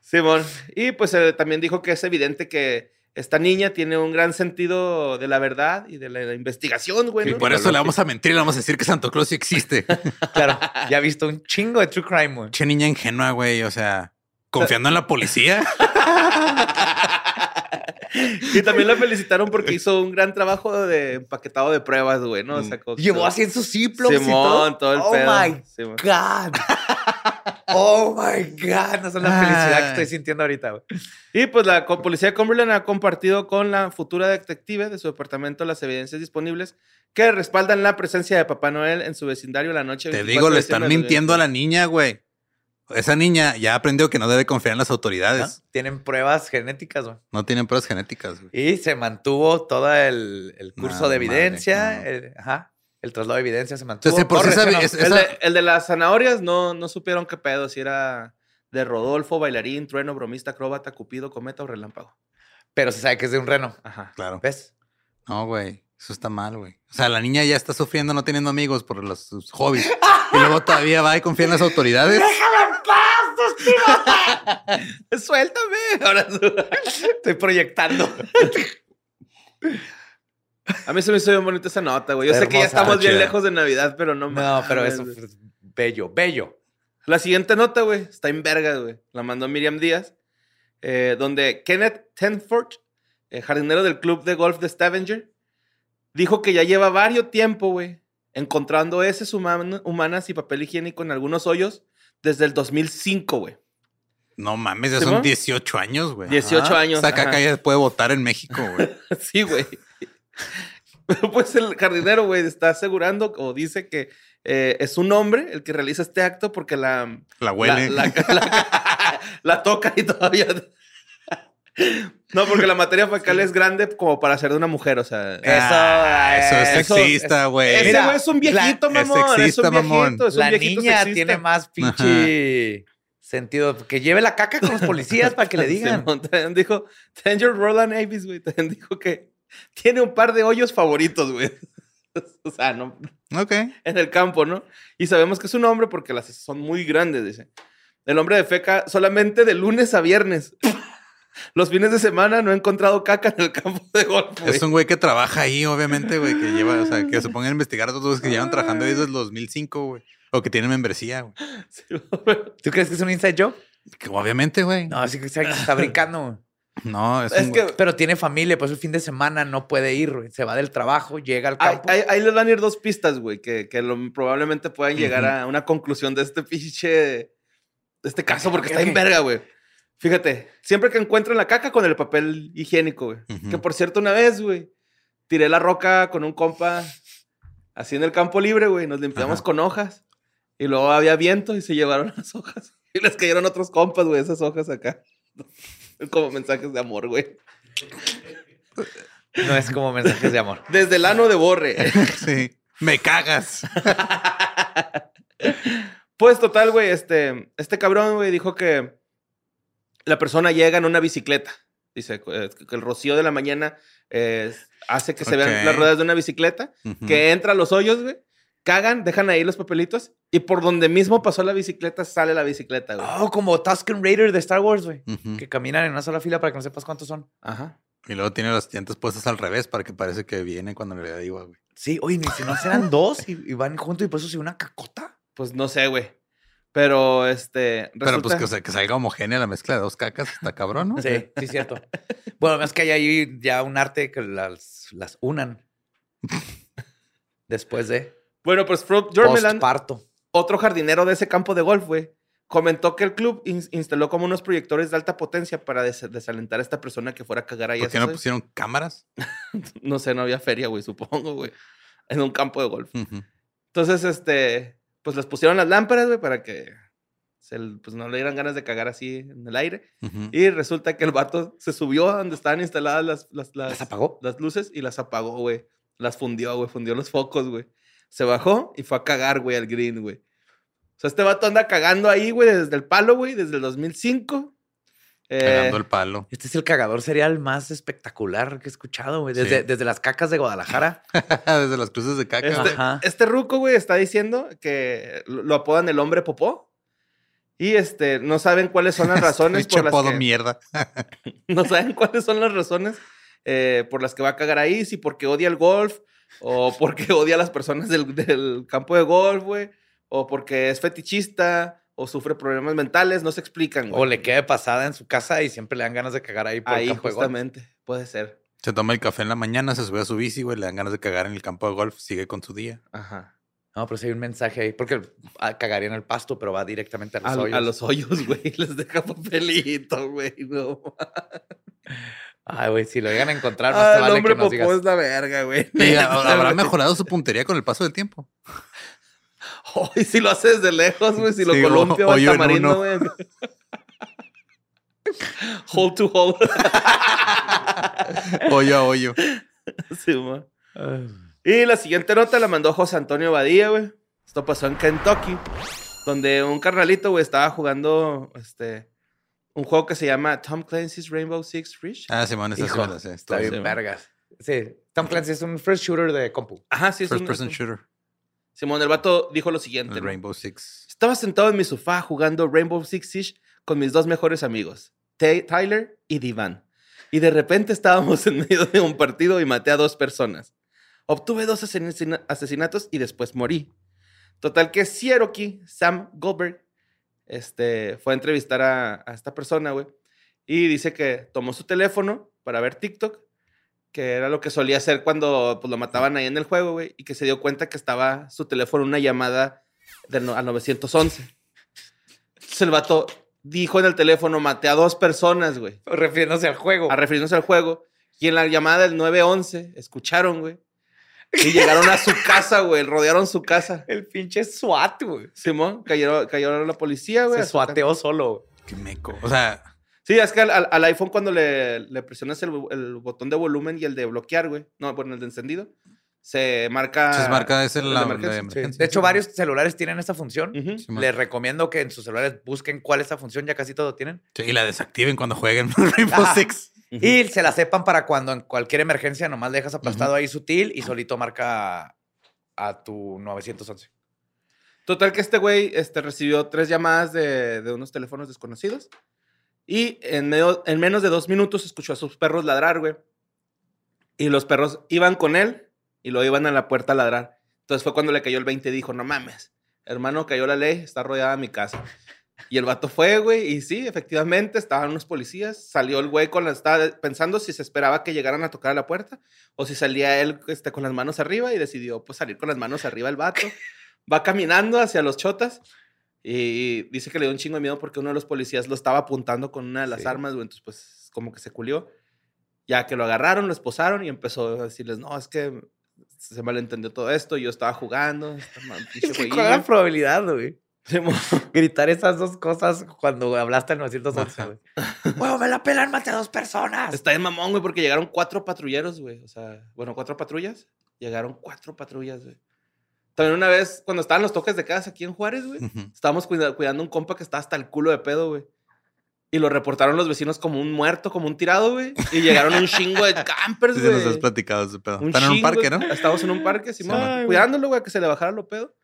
[SPEAKER 6] Simón. Y pues eh, también dijo que es evidente que esta niña tiene un gran sentido de la verdad y de la investigación, güey.
[SPEAKER 5] Y
[SPEAKER 6] ¿no?
[SPEAKER 5] por eso le vamos a mentir y le vamos a decir que Santo Claus sí existe.
[SPEAKER 4] Claro, ya he visto un chingo de True Crime, güey.
[SPEAKER 5] che niña ingenua, güey. O sea, confiando en la policía.
[SPEAKER 6] Y también la felicitaron porque hizo un gran trabajo de empaquetado de pruebas, güey,
[SPEAKER 5] Mm.
[SPEAKER 6] ¿no? O sea, como-
[SPEAKER 4] Mm. Llevó así en sus ziplocs y
[SPEAKER 6] Simón,
[SPEAKER 4] todo.
[SPEAKER 6] todo el
[SPEAKER 4] oh
[SPEAKER 6] pedo.
[SPEAKER 4] my
[SPEAKER 6] Simón.
[SPEAKER 4] God. Oh my God. No son la felicidad que
[SPEAKER 5] Ah.
[SPEAKER 4] estoy sintiendo ahorita, güey.
[SPEAKER 6] Y pues la co- policía de Cumberland ha compartido con la futura detective de su departamento las evidencias disponibles que respaldan la presencia de Papá Noel en su vecindario la noche.
[SPEAKER 5] Te
[SPEAKER 6] 24
[SPEAKER 5] digo,
[SPEAKER 6] de
[SPEAKER 5] le están
[SPEAKER 6] diciembre de
[SPEAKER 5] mintiendo a la niña, güey. Esa niña ya aprendió que no debe confiar en las
[SPEAKER 4] ¿No?
[SPEAKER 5] autoridades.
[SPEAKER 4] Tienen pruebas genéticas, güey.
[SPEAKER 5] No tienen pruebas genéticas, güey.
[SPEAKER 4] Y se mantuvo todo el, el curso
[SPEAKER 5] No,
[SPEAKER 4] de
[SPEAKER 5] madre,
[SPEAKER 4] evidencia.
[SPEAKER 5] no.
[SPEAKER 4] el, ajá. El traslado de evidencia se mantuvo.
[SPEAKER 5] Entonces, de por sí esa-
[SPEAKER 4] Correccionó.
[SPEAKER 5] es-
[SPEAKER 6] El
[SPEAKER 5] esa-
[SPEAKER 6] de, el de las zanahorias no, no supieron qué pedo, si era de Rodolfo, bailarín, trueno, bromista, acróbata, cupido, cometa o relámpago.
[SPEAKER 4] Pero se sabe que es de un reno.
[SPEAKER 6] Ajá.
[SPEAKER 5] Claro.
[SPEAKER 4] ¿Ves?
[SPEAKER 5] No, güey. Eso está mal, güey. O sea, la niña ya está sufriendo no teniendo amigos por los, sus hobbies. Y luego todavía va y confía en las autoridades.
[SPEAKER 4] Suéltame. Ahora estoy proyectando.
[SPEAKER 6] A mí se me hizo bien bonita esa nota, güey. Yo
[SPEAKER 4] Está
[SPEAKER 6] sé que ya
[SPEAKER 4] hermosa.
[SPEAKER 6] estamos bien
[SPEAKER 5] Chida.
[SPEAKER 6] lejos de Navidad, pero no
[SPEAKER 4] No, pero
[SPEAKER 6] mames,
[SPEAKER 4] eso
[SPEAKER 6] güey.
[SPEAKER 4] fue bello, bello.
[SPEAKER 6] La siguiente nota, güey, está en verga, güey. La mandó Miriam Díaz, eh, donde Kenneth Tenford, eh, jardinero del club de golf de Stavanger, dijo que ya lleva varios tiempo, güey, encontrando heces human- humanas y papel higiénico en algunos hoyos desde el 2005, güey.
[SPEAKER 5] No mames, ya
[SPEAKER 6] ¿Sí,
[SPEAKER 5] son
[SPEAKER 6] mo?
[SPEAKER 5] 18 años, güey.
[SPEAKER 6] 18 años,
[SPEAKER 5] Esa caca
[SPEAKER 6] ajá.
[SPEAKER 5] ya puede votar en México, güey.
[SPEAKER 6] Sí, güey. Pero pues el jardinero, güey, está asegurando o dice que eh, es un hombre el que realiza este acto porque la,
[SPEAKER 5] La huele.
[SPEAKER 6] La, la- la- la toca y todavía. No, porque la materia fecal es grande como para ser de una mujer, o sea.
[SPEAKER 5] Ah,
[SPEAKER 4] Eso,
[SPEAKER 5] eso
[SPEAKER 4] eh,
[SPEAKER 5] es
[SPEAKER 4] eso-
[SPEAKER 5] sexista, güey.
[SPEAKER 6] Ese
[SPEAKER 4] Mira,
[SPEAKER 6] güey es un viejito,
[SPEAKER 5] la- es
[SPEAKER 6] mamón. Es,
[SPEAKER 5] sexista,
[SPEAKER 6] un viejito,
[SPEAKER 5] mamón.
[SPEAKER 6] es un
[SPEAKER 4] La
[SPEAKER 6] viejito
[SPEAKER 4] niña
[SPEAKER 6] sexista.
[SPEAKER 4] tiene más pinche sentido. Que lleve la caca con los policías para que le digan.
[SPEAKER 6] Simón, también dijo, Tanger Roland Avis, güey, también dijo que tiene un par de hoyos favoritos, güey. O sea, no,
[SPEAKER 5] Ok.
[SPEAKER 6] en el campo, ¿no? Y sabemos que es un hombre porque las son muy grandes, dice. El hombre de feca solamente de lunes a viernes. Los fines de semana no he encontrado caca en el campo de golf. güey.
[SPEAKER 5] Es un güey que trabaja ahí, obviamente, güey, que lleva, o sea, que se pongan a investigar a todos los que llevan trabajando ahí desde el 2005, güey. O que tienen membresía, güey.
[SPEAKER 6] Sí, güey.
[SPEAKER 4] ¿Tú crees que es un inside job?
[SPEAKER 5] Que obviamente, güey. No,
[SPEAKER 4] No, sí que se está brincando.
[SPEAKER 5] es,
[SPEAKER 6] Es
[SPEAKER 5] un
[SPEAKER 6] que
[SPEAKER 5] güey-
[SPEAKER 4] Pero tiene familia, pues el fin de semana no puede ir. güey. Se va del trabajo, llega al
[SPEAKER 6] ahí,
[SPEAKER 4] campo.
[SPEAKER 6] ahí- ahí les van a ir dos pistas, güey, que, que lo- probablemente puedan llegar a una conclusión de este pinche. de este caso, porque
[SPEAKER 4] Ok,
[SPEAKER 6] está en
[SPEAKER 4] ok.
[SPEAKER 6] verga, güey. Fíjate, siempre que encuentran la caca con el papel higiénico, güey.
[SPEAKER 5] Ujú.
[SPEAKER 6] Que por cierto, una vez, güey, tiré la roca con un compa así en el campo libre, güey. Nos limpiamos
[SPEAKER 5] Ajá.
[SPEAKER 6] con hojas. Y luego había viento y se llevaron las hojas. Y les cayeron otros compas, güey, esas hojas acá. Como mensajes de amor, güey.
[SPEAKER 4] No es como mensajes de amor.
[SPEAKER 6] Desde el ano de borre.
[SPEAKER 5] sí. Me cagas.
[SPEAKER 6] Pues total, güey, este, este cabrón, güey, dijo que la persona llega en una bicicleta. Dice eh, que el rocío de la mañana eh, hace que se
[SPEAKER 5] Ok.
[SPEAKER 6] vean las ruedas de una bicicleta,
[SPEAKER 5] Ujú.
[SPEAKER 6] que entra a los hoyos, güey, cagan, dejan ahí los papelitos y por donde mismo pasó la bicicleta sale la bicicleta,
[SPEAKER 5] Ah.
[SPEAKER 6] güey.
[SPEAKER 4] Oh, como Tusken Raider de Star Wars, güey.
[SPEAKER 5] Ujú.
[SPEAKER 4] Que caminan en una sola fila para que no sepas cuántos son.
[SPEAKER 6] Ajá.
[SPEAKER 5] Y luego tiene las llantas puestas al revés para que parece que viene cuando en realidad iba, güey.
[SPEAKER 4] Sí, oye, ni si no serán dos y, y van juntos y por eso se ve una cacota.
[SPEAKER 6] Pues no sé, güey. Pero este.
[SPEAKER 5] Pero pues
[SPEAKER 6] resulta-
[SPEAKER 5] que, o sea, que salga homogénea la mezcla de dos cacas está cabrón, ¿no?
[SPEAKER 4] Sí, sí, cierto. Bueno, es que hay ahí ya un arte que las, las unan. Después de
[SPEAKER 6] Bueno, pues Fruit Dormeland,
[SPEAKER 4] postparto.
[SPEAKER 6] otro jardinero de ese campo de golf, güey, comentó que el club ins- instaló como unos proyectores de alta potencia para des- desalentar a esta persona que fuera a cagar ahí. a
[SPEAKER 5] ¿Por qué
[SPEAKER 6] esos
[SPEAKER 5] no
[SPEAKER 6] hoyos.
[SPEAKER 5] pusieron cámaras?
[SPEAKER 6] no sé, no había feria, güey, supongo, güey. En un campo de golf.
[SPEAKER 5] Ujú.
[SPEAKER 6] Entonces, este, pues les pusieron las lámparas, güey, para que se, l- pues, no le dieran ganas de cagar así en el aire.
[SPEAKER 5] Ujú.
[SPEAKER 6] Y eh, resulta que el vato se subió a donde estaban instaladas las, las, las,
[SPEAKER 4] ¿Las apagó?
[SPEAKER 6] las luces y las apagó, güey. Las fundió, güey, fundió los focos, güey. Se bajó y fue a cagar, güey, al green, güey. O sea, este vato anda cagando ahí, güey, desde el palo, güey, desde el 2005. Eh,
[SPEAKER 5] Cagando el palo.
[SPEAKER 4] Este es el cagador serial más espectacular que he escuchado, güey. Desde,
[SPEAKER 5] Sí.
[SPEAKER 4] desde las cacas de Guadalajara.
[SPEAKER 5] Desde las cruces de caca.
[SPEAKER 6] Este,
[SPEAKER 5] güey.
[SPEAKER 4] Ajá.
[SPEAKER 6] este ruco, güey, está diciendo que lo lo apodan el hombre popó. Y este, no saben cuáles son las razones
[SPEAKER 5] Este Pinche
[SPEAKER 6] por las
[SPEAKER 5] apodo
[SPEAKER 6] que,
[SPEAKER 5] mierda.
[SPEAKER 6] no saben cuáles son las razones eh, por las que va a cagar ahí, si porque odia el golf, o porque odia a las personas del, del campo de golf, güey, o porque es fetichista, o sufre problemas mentales, no se explican,
[SPEAKER 4] O
[SPEAKER 6] güey.
[SPEAKER 4] le quede pasada en su casa y siempre le dan ganas de cagar ahí por el
[SPEAKER 6] Ahí
[SPEAKER 4] campo de golf.
[SPEAKER 6] justamente, puede ser.
[SPEAKER 5] Se toma el café en la mañana, se sube a su bici, güey, le dan ganas de cagar en el campo de golf, sigue con su día.
[SPEAKER 6] Ajá.
[SPEAKER 4] No, pero si hay un mensaje ahí, porque ah, cagaría en el pasto, pero va directamente a los
[SPEAKER 6] Al-
[SPEAKER 4] hoyos.
[SPEAKER 6] a los hoyos, güey, les deja papelito, güey. No.
[SPEAKER 4] Ay, güey, si lo llegan a encontrar, más
[SPEAKER 6] Ah,
[SPEAKER 4] te
[SPEAKER 6] el
[SPEAKER 4] vale
[SPEAKER 6] hombre
[SPEAKER 4] que nos
[SPEAKER 6] popó
[SPEAKER 4] digas.
[SPEAKER 6] es la verga, güey.
[SPEAKER 5] Y ha- habrá mejorado su puntería con el paso del tiempo.
[SPEAKER 6] Oh, y si lo hace desde lejos, güey, si lo
[SPEAKER 5] Sí, o-
[SPEAKER 6] colompia, güey,
[SPEAKER 5] hoyo en
[SPEAKER 6] tamarindo,
[SPEAKER 5] uno.
[SPEAKER 6] güey. Hole to hole.
[SPEAKER 5] Hoyo a hoyo.
[SPEAKER 6] Sí, ma. Y la siguiente nota la mandó José Antonio Badía, güey. Esto pasó en Kentucky, donde un carnalito, güey, estaba jugando este, un juego que se llama Tom Clancy's Rainbow Six Siege.
[SPEAKER 5] Ah, Simón, esas
[SPEAKER 4] Hijo,
[SPEAKER 5] horas, eh,
[SPEAKER 4] Está
[SPEAKER 5] estoy-
[SPEAKER 4] bien, vergas. Sí, Tom Clancy es un first shooter de compu.
[SPEAKER 6] Ajá, sí, es
[SPEAKER 5] First
[SPEAKER 6] un-
[SPEAKER 5] person shooter.
[SPEAKER 6] Simón, el vato dijo lo siguiente.
[SPEAKER 5] El
[SPEAKER 6] ¿no?
[SPEAKER 5] Rainbow Six.
[SPEAKER 6] Estaba sentado en mi sofá jugando Rainbow Six Siege con mis dos mejores amigos, Tay- Tyler y Divan. Y de repente estábamos en medio de un partido y maté a dos personas. Obtuve dos asesina- asesinatos y después morí. Total que Sieroki, Sam Goldberg, este, fue a entrevistar a, a esta persona, güey. Y dice que tomó su teléfono para ver TikTok, que era lo que solía hacer cuando pues, lo mataban ahí en el juego, güey. Y que se dio cuenta que estaba su teléfono en una llamada del no- al 911. Entonces el vato dijo en el teléfono, maté a dos personas, güey.
[SPEAKER 4] Refiriéndose al juego.
[SPEAKER 6] A refiriéndose al juego. Y en la llamada del 911, escucharon, güey. Y llegaron a su casa, güey. Rodearon su casa.
[SPEAKER 4] El pinche SWAT, güey.
[SPEAKER 6] Simón, cayeron, cayeron la policía, güey.
[SPEAKER 4] Se
[SPEAKER 6] a su casa.
[SPEAKER 4] suateó solo.
[SPEAKER 5] Qué meco. O sea,
[SPEAKER 6] Sí, es que al, al- al iPhone cuando le, le presionas el, el botón de volumen y el de bloquear, güey. No, bueno, el de encendido. Se marca...
[SPEAKER 5] se marca es el
[SPEAKER 6] el
[SPEAKER 5] la-
[SPEAKER 6] de
[SPEAKER 5] la
[SPEAKER 6] emergencia, sí.
[SPEAKER 4] Sí.
[SPEAKER 5] emergencia.
[SPEAKER 4] De hecho, varios celulares tienen esta función.
[SPEAKER 6] Ujú.
[SPEAKER 5] Sí, man.
[SPEAKER 4] Les recomiendo que en sus celulares busquen cuál es esta función, ya casi todo tienen.
[SPEAKER 5] Sí, y la desactiven cuando jueguen Rainbow
[SPEAKER 4] Ajá.
[SPEAKER 5] Six.
[SPEAKER 6] Ujú.
[SPEAKER 4] Y se la sepan para cuando en cualquier emergencia nomás le dejas aplastado ahí sutil y solito marca a tu 911.
[SPEAKER 6] Total que este güey este, recibió tres llamadas de, de unos teléfonos desconocidos y en, medio- en menos de dos minutos escuchó a sus perros ladrar, güey. Y los perros iban con él y lo iban a la puerta a ladrar. Entonces fue cuando le cayó el 20 y dijo, no mames, hermano, cayó la ley, está rodeada mi casa. Y el vato fue, güey, y sí, efectivamente, estaban unos policías, salió el güey con la, estaba pensando si se esperaba que llegaran a tocar a la puerta o si salía él este, con las manos arriba y decidió pues salir con las manos arriba el vato. Va caminando hacia los chotas y dice que le dio un chingo de miedo porque uno de los policías lo estaba apuntando con una de las
[SPEAKER 4] Sí.
[SPEAKER 6] armas, güey, entonces pues como que se culió. Ya que lo agarraron, lo esposaron y empezó a decirles, no, es que se malentendió todo esto, yo estaba jugando. esta ma- pinche
[SPEAKER 4] Es que
[SPEAKER 6] jueguillo".
[SPEAKER 4] ¿Cuál es la probabilidad, güey?
[SPEAKER 6] Simón.
[SPEAKER 4] ¿eh? Gritar esas dos cosas cuando hablaste al 911,
[SPEAKER 5] Ajá.
[SPEAKER 4] güey. ¡Huevo, me la pelan, mate a dos personas!
[SPEAKER 6] Está bien mamón, güey, porque llegaron cuatro patrulleros, güey. O sea, bueno, cuatro patrullas. Llegaron cuatro patrullas, güey. También una vez, cuando estaban los toques de casa aquí en Juárez, güey,
[SPEAKER 5] Ujú.
[SPEAKER 6] estábamos cuida- cuidando un compa que estaba hasta el culo de pedo, güey. Y lo reportaron los vecinos como un muerto, como un tirado, güey. Y llegaron un chingo de campers,
[SPEAKER 5] Sí,
[SPEAKER 6] güey.
[SPEAKER 5] se nos has platicado ese pedo.
[SPEAKER 6] Un
[SPEAKER 5] Están en un
[SPEAKER 6] chingo.
[SPEAKER 5] parque, ¿no?
[SPEAKER 6] Estábamos en un parque, Simón,
[SPEAKER 5] Ay,
[SPEAKER 4] güey.
[SPEAKER 6] cuidándolo, güey, a que se le bajara lo pedo.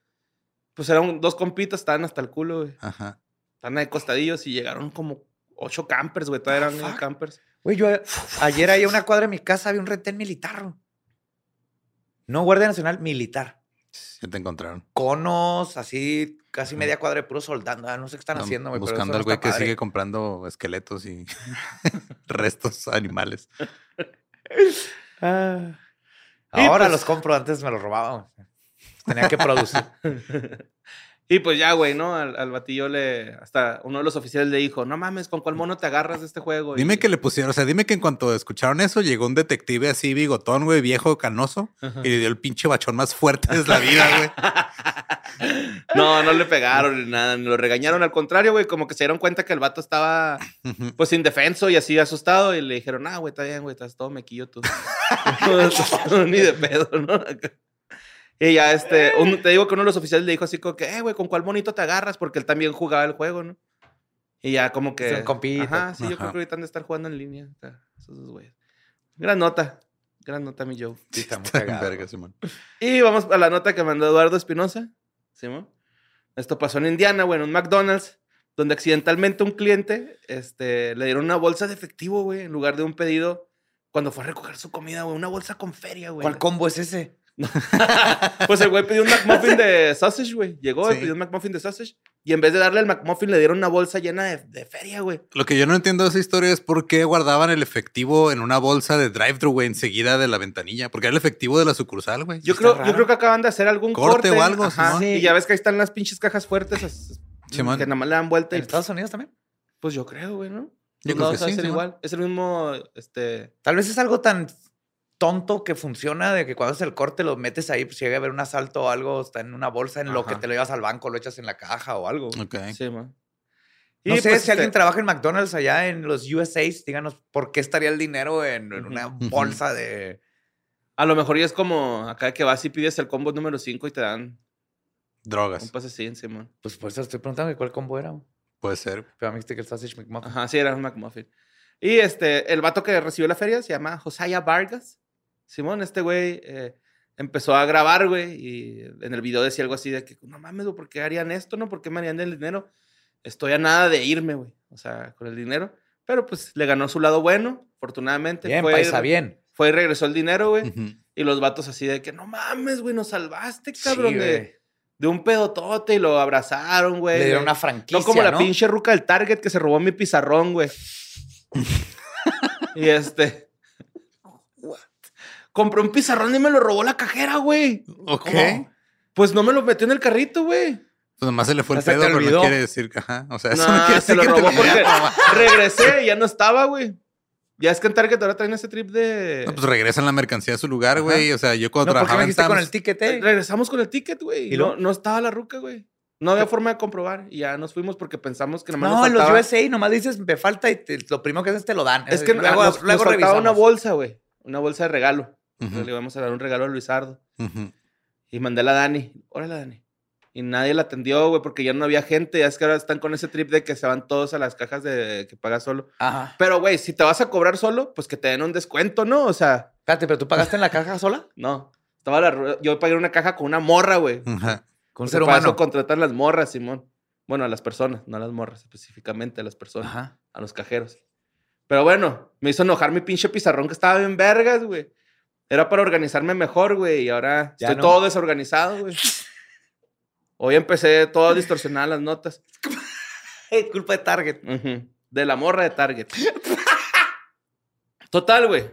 [SPEAKER 6] Pues eran dos compitas, estaban hasta el culo, güey.
[SPEAKER 5] Ajá.
[SPEAKER 6] Estaban de costadillos y llegaron como ocho campers, güey. Todavía eran
[SPEAKER 4] Ah,
[SPEAKER 6] eh,
[SPEAKER 4] fuck?
[SPEAKER 6] campers.
[SPEAKER 4] Güey, yo a- ayer ahí a una cuadra de mi casa había un retén militar. güey. No, Guardia Nacional, militar.
[SPEAKER 5] Ya te encontraron.
[SPEAKER 4] Conos, así, casi
[SPEAKER 5] Ujú.
[SPEAKER 4] media cuadra de puro soldado. Ah, No sé qué están
[SPEAKER 5] Andan
[SPEAKER 4] haciendo, güey. pero
[SPEAKER 5] Buscando
[SPEAKER 4] eso
[SPEAKER 5] al
[SPEAKER 4] no
[SPEAKER 5] güey
[SPEAKER 4] está
[SPEAKER 5] que
[SPEAKER 4] padre.
[SPEAKER 5] sigue comprando esqueletos y restos animales.
[SPEAKER 4] Ah.
[SPEAKER 6] Y
[SPEAKER 4] Ahora
[SPEAKER 6] pues-
[SPEAKER 4] los compro, antes me los robaba. güey. Tenía que producir.
[SPEAKER 6] Y pues ya, güey, ¿no? Al, al batillo le. Hasta uno de los oficiales le dijo: No mames, ¿con cuál mono te agarras de este juego? Y-
[SPEAKER 5] Dime que le pusieron, o sea, dime que en cuanto escucharon eso, llegó un detective así bigotón, güey, viejo, canoso,
[SPEAKER 6] Ah.
[SPEAKER 5] y le dio el pinche bachón más fuerte de la vida, güey.
[SPEAKER 6] No, no le pegaron ni nada, ni lo regañaron. Al contrario, güey, como que se dieron cuenta que el vato estaba,
[SPEAKER 5] Ujú.
[SPEAKER 6] pues, indefenso y así asustado. Y le dijeron: Ah, güey, está bien, güey, estás todo mequillo tú. ni de pedo, ¿no? Y ya, este, un- te digo que uno de los oficiales le dijo así como que, eh, güey, ¿con cuál monito te agarras? Porque él también jugaba el juego, ¿no? Y ya como que...
[SPEAKER 4] Es un compita.
[SPEAKER 6] Ajá, sí, yo creo
[SPEAKER 5] Ajá.
[SPEAKER 6] que ahorita han de estar jugando en línea. acá, esos dos güeyes. Gran nota. Gran nota, mi Joe.
[SPEAKER 4] Sí, está muy
[SPEAKER 5] Está bien
[SPEAKER 4] cagado,
[SPEAKER 5] verga,
[SPEAKER 4] güey.
[SPEAKER 5] Simón.
[SPEAKER 6] Y vamos a la nota que mandó Eduardo Espinosa. Simón. Esto pasó en Indiana, güey, en un McDonald's, donde accidentalmente un cliente este, le dieron una bolsa de efectivo, güey, en lugar de un pedido cuando fue a recoger su comida, güey. Una bolsa con feria, güey.
[SPEAKER 4] ¿Cuál combo es ese?
[SPEAKER 6] Pues el güey pidió un McMuffin de sausage, güey. Llegó y
[SPEAKER 5] Sí.
[SPEAKER 6] pidió un McMuffin de sausage. Y en vez de darle el McMuffin, le dieron una bolsa llena de, de feria, güey.
[SPEAKER 5] Lo que yo no entiendo de esa historia es por qué guardaban el efectivo en una bolsa de drive-thru, güey, enseguida de la ventanilla. Porque era el efectivo de la sucursal, güey.
[SPEAKER 6] Yo
[SPEAKER 4] Está
[SPEAKER 6] creo, yo
[SPEAKER 4] raro.
[SPEAKER 6] creo que acaban de hacer algún corte,
[SPEAKER 5] Corte o algo,
[SPEAKER 6] ajá,
[SPEAKER 5] Simón.
[SPEAKER 6] Y ya ves que ahí están las pinches cajas fuertes. as-
[SPEAKER 5] Simón.
[SPEAKER 6] que nada más le dan vuelta.
[SPEAKER 4] ¿En
[SPEAKER 6] Y,
[SPEAKER 4] Estados Unidos también?
[SPEAKER 6] pues yo creo, güey, ¿no? Pues
[SPEAKER 5] Yo creo
[SPEAKER 6] no,
[SPEAKER 5] que
[SPEAKER 6] o sea,
[SPEAKER 5] sí,
[SPEAKER 6] es el
[SPEAKER 5] Simón.
[SPEAKER 6] igual. Es el mismo, este...
[SPEAKER 4] Tal vez es algo tan tonto que funciona de que cuando haces el corte lo metes ahí, pues llega a haber un asalto o algo, está en una bolsa en lo que
[SPEAKER 5] Ajá.
[SPEAKER 4] te lo llevas al banco, lo echas en la caja o algo.
[SPEAKER 5] Ok.
[SPEAKER 6] Sí, man.
[SPEAKER 4] No
[SPEAKER 6] Y,
[SPEAKER 4] sé
[SPEAKER 6] pues,
[SPEAKER 4] si alguien
[SPEAKER 6] este,
[SPEAKER 4] trabaja en McDonald's allá en los USA, díganos por qué estaría el dinero en, en una
[SPEAKER 5] Ujú.
[SPEAKER 4] bolsa de.
[SPEAKER 6] A lo mejor ya es como acá que vas y pides el combo número 5 y te dan un
[SPEAKER 5] Drogas.
[SPEAKER 6] pasecín, Simón.
[SPEAKER 4] Pues por eso estoy preguntando que cuál combo era. güey.
[SPEAKER 5] Puede ser.
[SPEAKER 4] Pero a mí este que el sausage McMuffin.
[SPEAKER 6] Ajá, sí, era un McMuffin. Y este, el vato que recibió la feria se llama Josiah Vargas. Simón, este güey eh, empezó a grabar, güey, y en el video decía algo así de que, no mames, güey, ¿por qué harían esto, no? ¿Por qué me harían el dinero? Estoy a nada de irme, güey, o sea, con el dinero. Pero pues le ganó su lado bueno, afortunadamente.
[SPEAKER 4] Bien,
[SPEAKER 6] fue, y
[SPEAKER 4] paisa,
[SPEAKER 6] re-
[SPEAKER 4] bien.
[SPEAKER 6] Fue y regresó el dinero, güey.
[SPEAKER 5] Ujú.
[SPEAKER 6] Y los vatos así de que, no mames, güey, nos salvaste,
[SPEAKER 4] Sí,
[SPEAKER 6] cabrón,
[SPEAKER 4] güey.
[SPEAKER 6] de, de un pedotote y lo abrazaron, güey.
[SPEAKER 4] Le dieron
[SPEAKER 6] le-
[SPEAKER 4] una franquicia,
[SPEAKER 6] no como la pinche ruca del Target que se robó mi pizarrón, güey. y este. What? Compré un pizarrón y me lo robó la cajera, güey.
[SPEAKER 5] Ok.
[SPEAKER 4] ¿Cómo?
[SPEAKER 6] Pues no me lo metió en el carrito, güey.
[SPEAKER 5] Pues nomás se le fue el
[SPEAKER 4] O sea, te
[SPEAKER 5] pedo, pero
[SPEAKER 4] olvidó.
[SPEAKER 5] no quiere decir que. Ajá. O sea, eso no
[SPEAKER 6] Nah,
[SPEAKER 5] quiere
[SPEAKER 6] se
[SPEAKER 5] decir
[SPEAKER 6] lo
[SPEAKER 5] que te
[SPEAKER 6] robó
[SPEAKER 5] lo vaya a
[SPEAKER 6] porque
[SPEAKER 5] robar.
[SPEAKER 6] regresé y ya no estaba, güey. Ya es que en Target ahora traen ese trip de.
[SPEAKER 5] No, pues regresan la mercancía a su lugar,
[SPEAKER 4] Ajá.
[SPEAKER 5] güey. O sea, yo cuando
[SPEAKER 4] No, ¿por qué me
[SPEAKER 5] trabajaba en
[SPEAKER 4] dijiste con
[SPEAKER 5] Sam's,
[SPEAKER 4] el ticket?
[SPEAKER 6] Eh,
[SPEAKER 4] eh?
[SPEAKER 6] Regresamos con el ticket, güey.
[SPEAKER 4] ¿Y
[SPEAKER 6] Y
[SPEAKER 4] luego?
[SPEAKER 6] no, no estaba la ruca, güey. No había forma de comprobar. Y ya nos fuimos porque pensamos que nomás
[SPEAKER 4] No,
[SPEAKER 6] nos
[SPEAKER 4] en los
[SPEAKER 6] faltaba-
[SPEAKER 4] USA nomás dices, me falta y te- lo primero que haces te lo dan.
[SPEAKER 6] Es que
[SPEAKER 4] Eh, luego,
[SPEAKER 6] nos,
[SPEAKER 4] luego
[SPEAKER 6] nos faltaba una
[SPEAKER 4] revisamos.
[SPEAKER 6] bolsa, güey. Una bolsa de regalo. Entonces
[SPEAKER 5] Ujú,
[SPEAKER 6] Le íbamos a dar un regalo a Luisardo.
[SPEAKER 5] ujú.
[SPEAKER 6] Y mandé a la Dani. Órale, Dani. Y nadie la atendió, güey, porque ya no había gente. Ya es que ahora están con ese trip de que se van todos a las cajas de que pagas solo.
[SPEAKER 4] Ajá.
[SPEAKER 6] Pero, güey, si te vas a cobrar solo, pues que te den un descuento, ¿no? O sea,
[SPEAKER 4] Espérate, pero tú pagaste en la caja sola.
[SPEAKER 6] no. Estaba la ru- yo pagué una caja con una morra, güey.
[SPEAKER 5] Ajá.
[SPEAKER 4] Con
[SPEAKER 6] Porque
[SPEAKER 4] un ser
[SPEAKER 6] para
[SPEAKER 4] humano.
[SPEAKER 6] Eso contratan las morras, Simón. Bueno, a las personas, no a las morras, específicamente a las personas,
[SPEAKER 4] Ajá.
[SPEAKER 6] a los cajeros. Pero bueno, me hizo enojar mi pinche pizarrón que estaba bien vergas, güey. Era para organizarme mejor, güey, y ahora
[SPEAKER 4] Ya
[SPEAKER 6] estoy
[SPEAKER 4] no.
[SPEAKER 6] todo desorganizado, güey. Hoy empecé todo distorsionado las notas.
[SPEAKER 4] Es culpa de Target.
[SPEAKER 6] Ujú. De la morra de Target. Total, güey.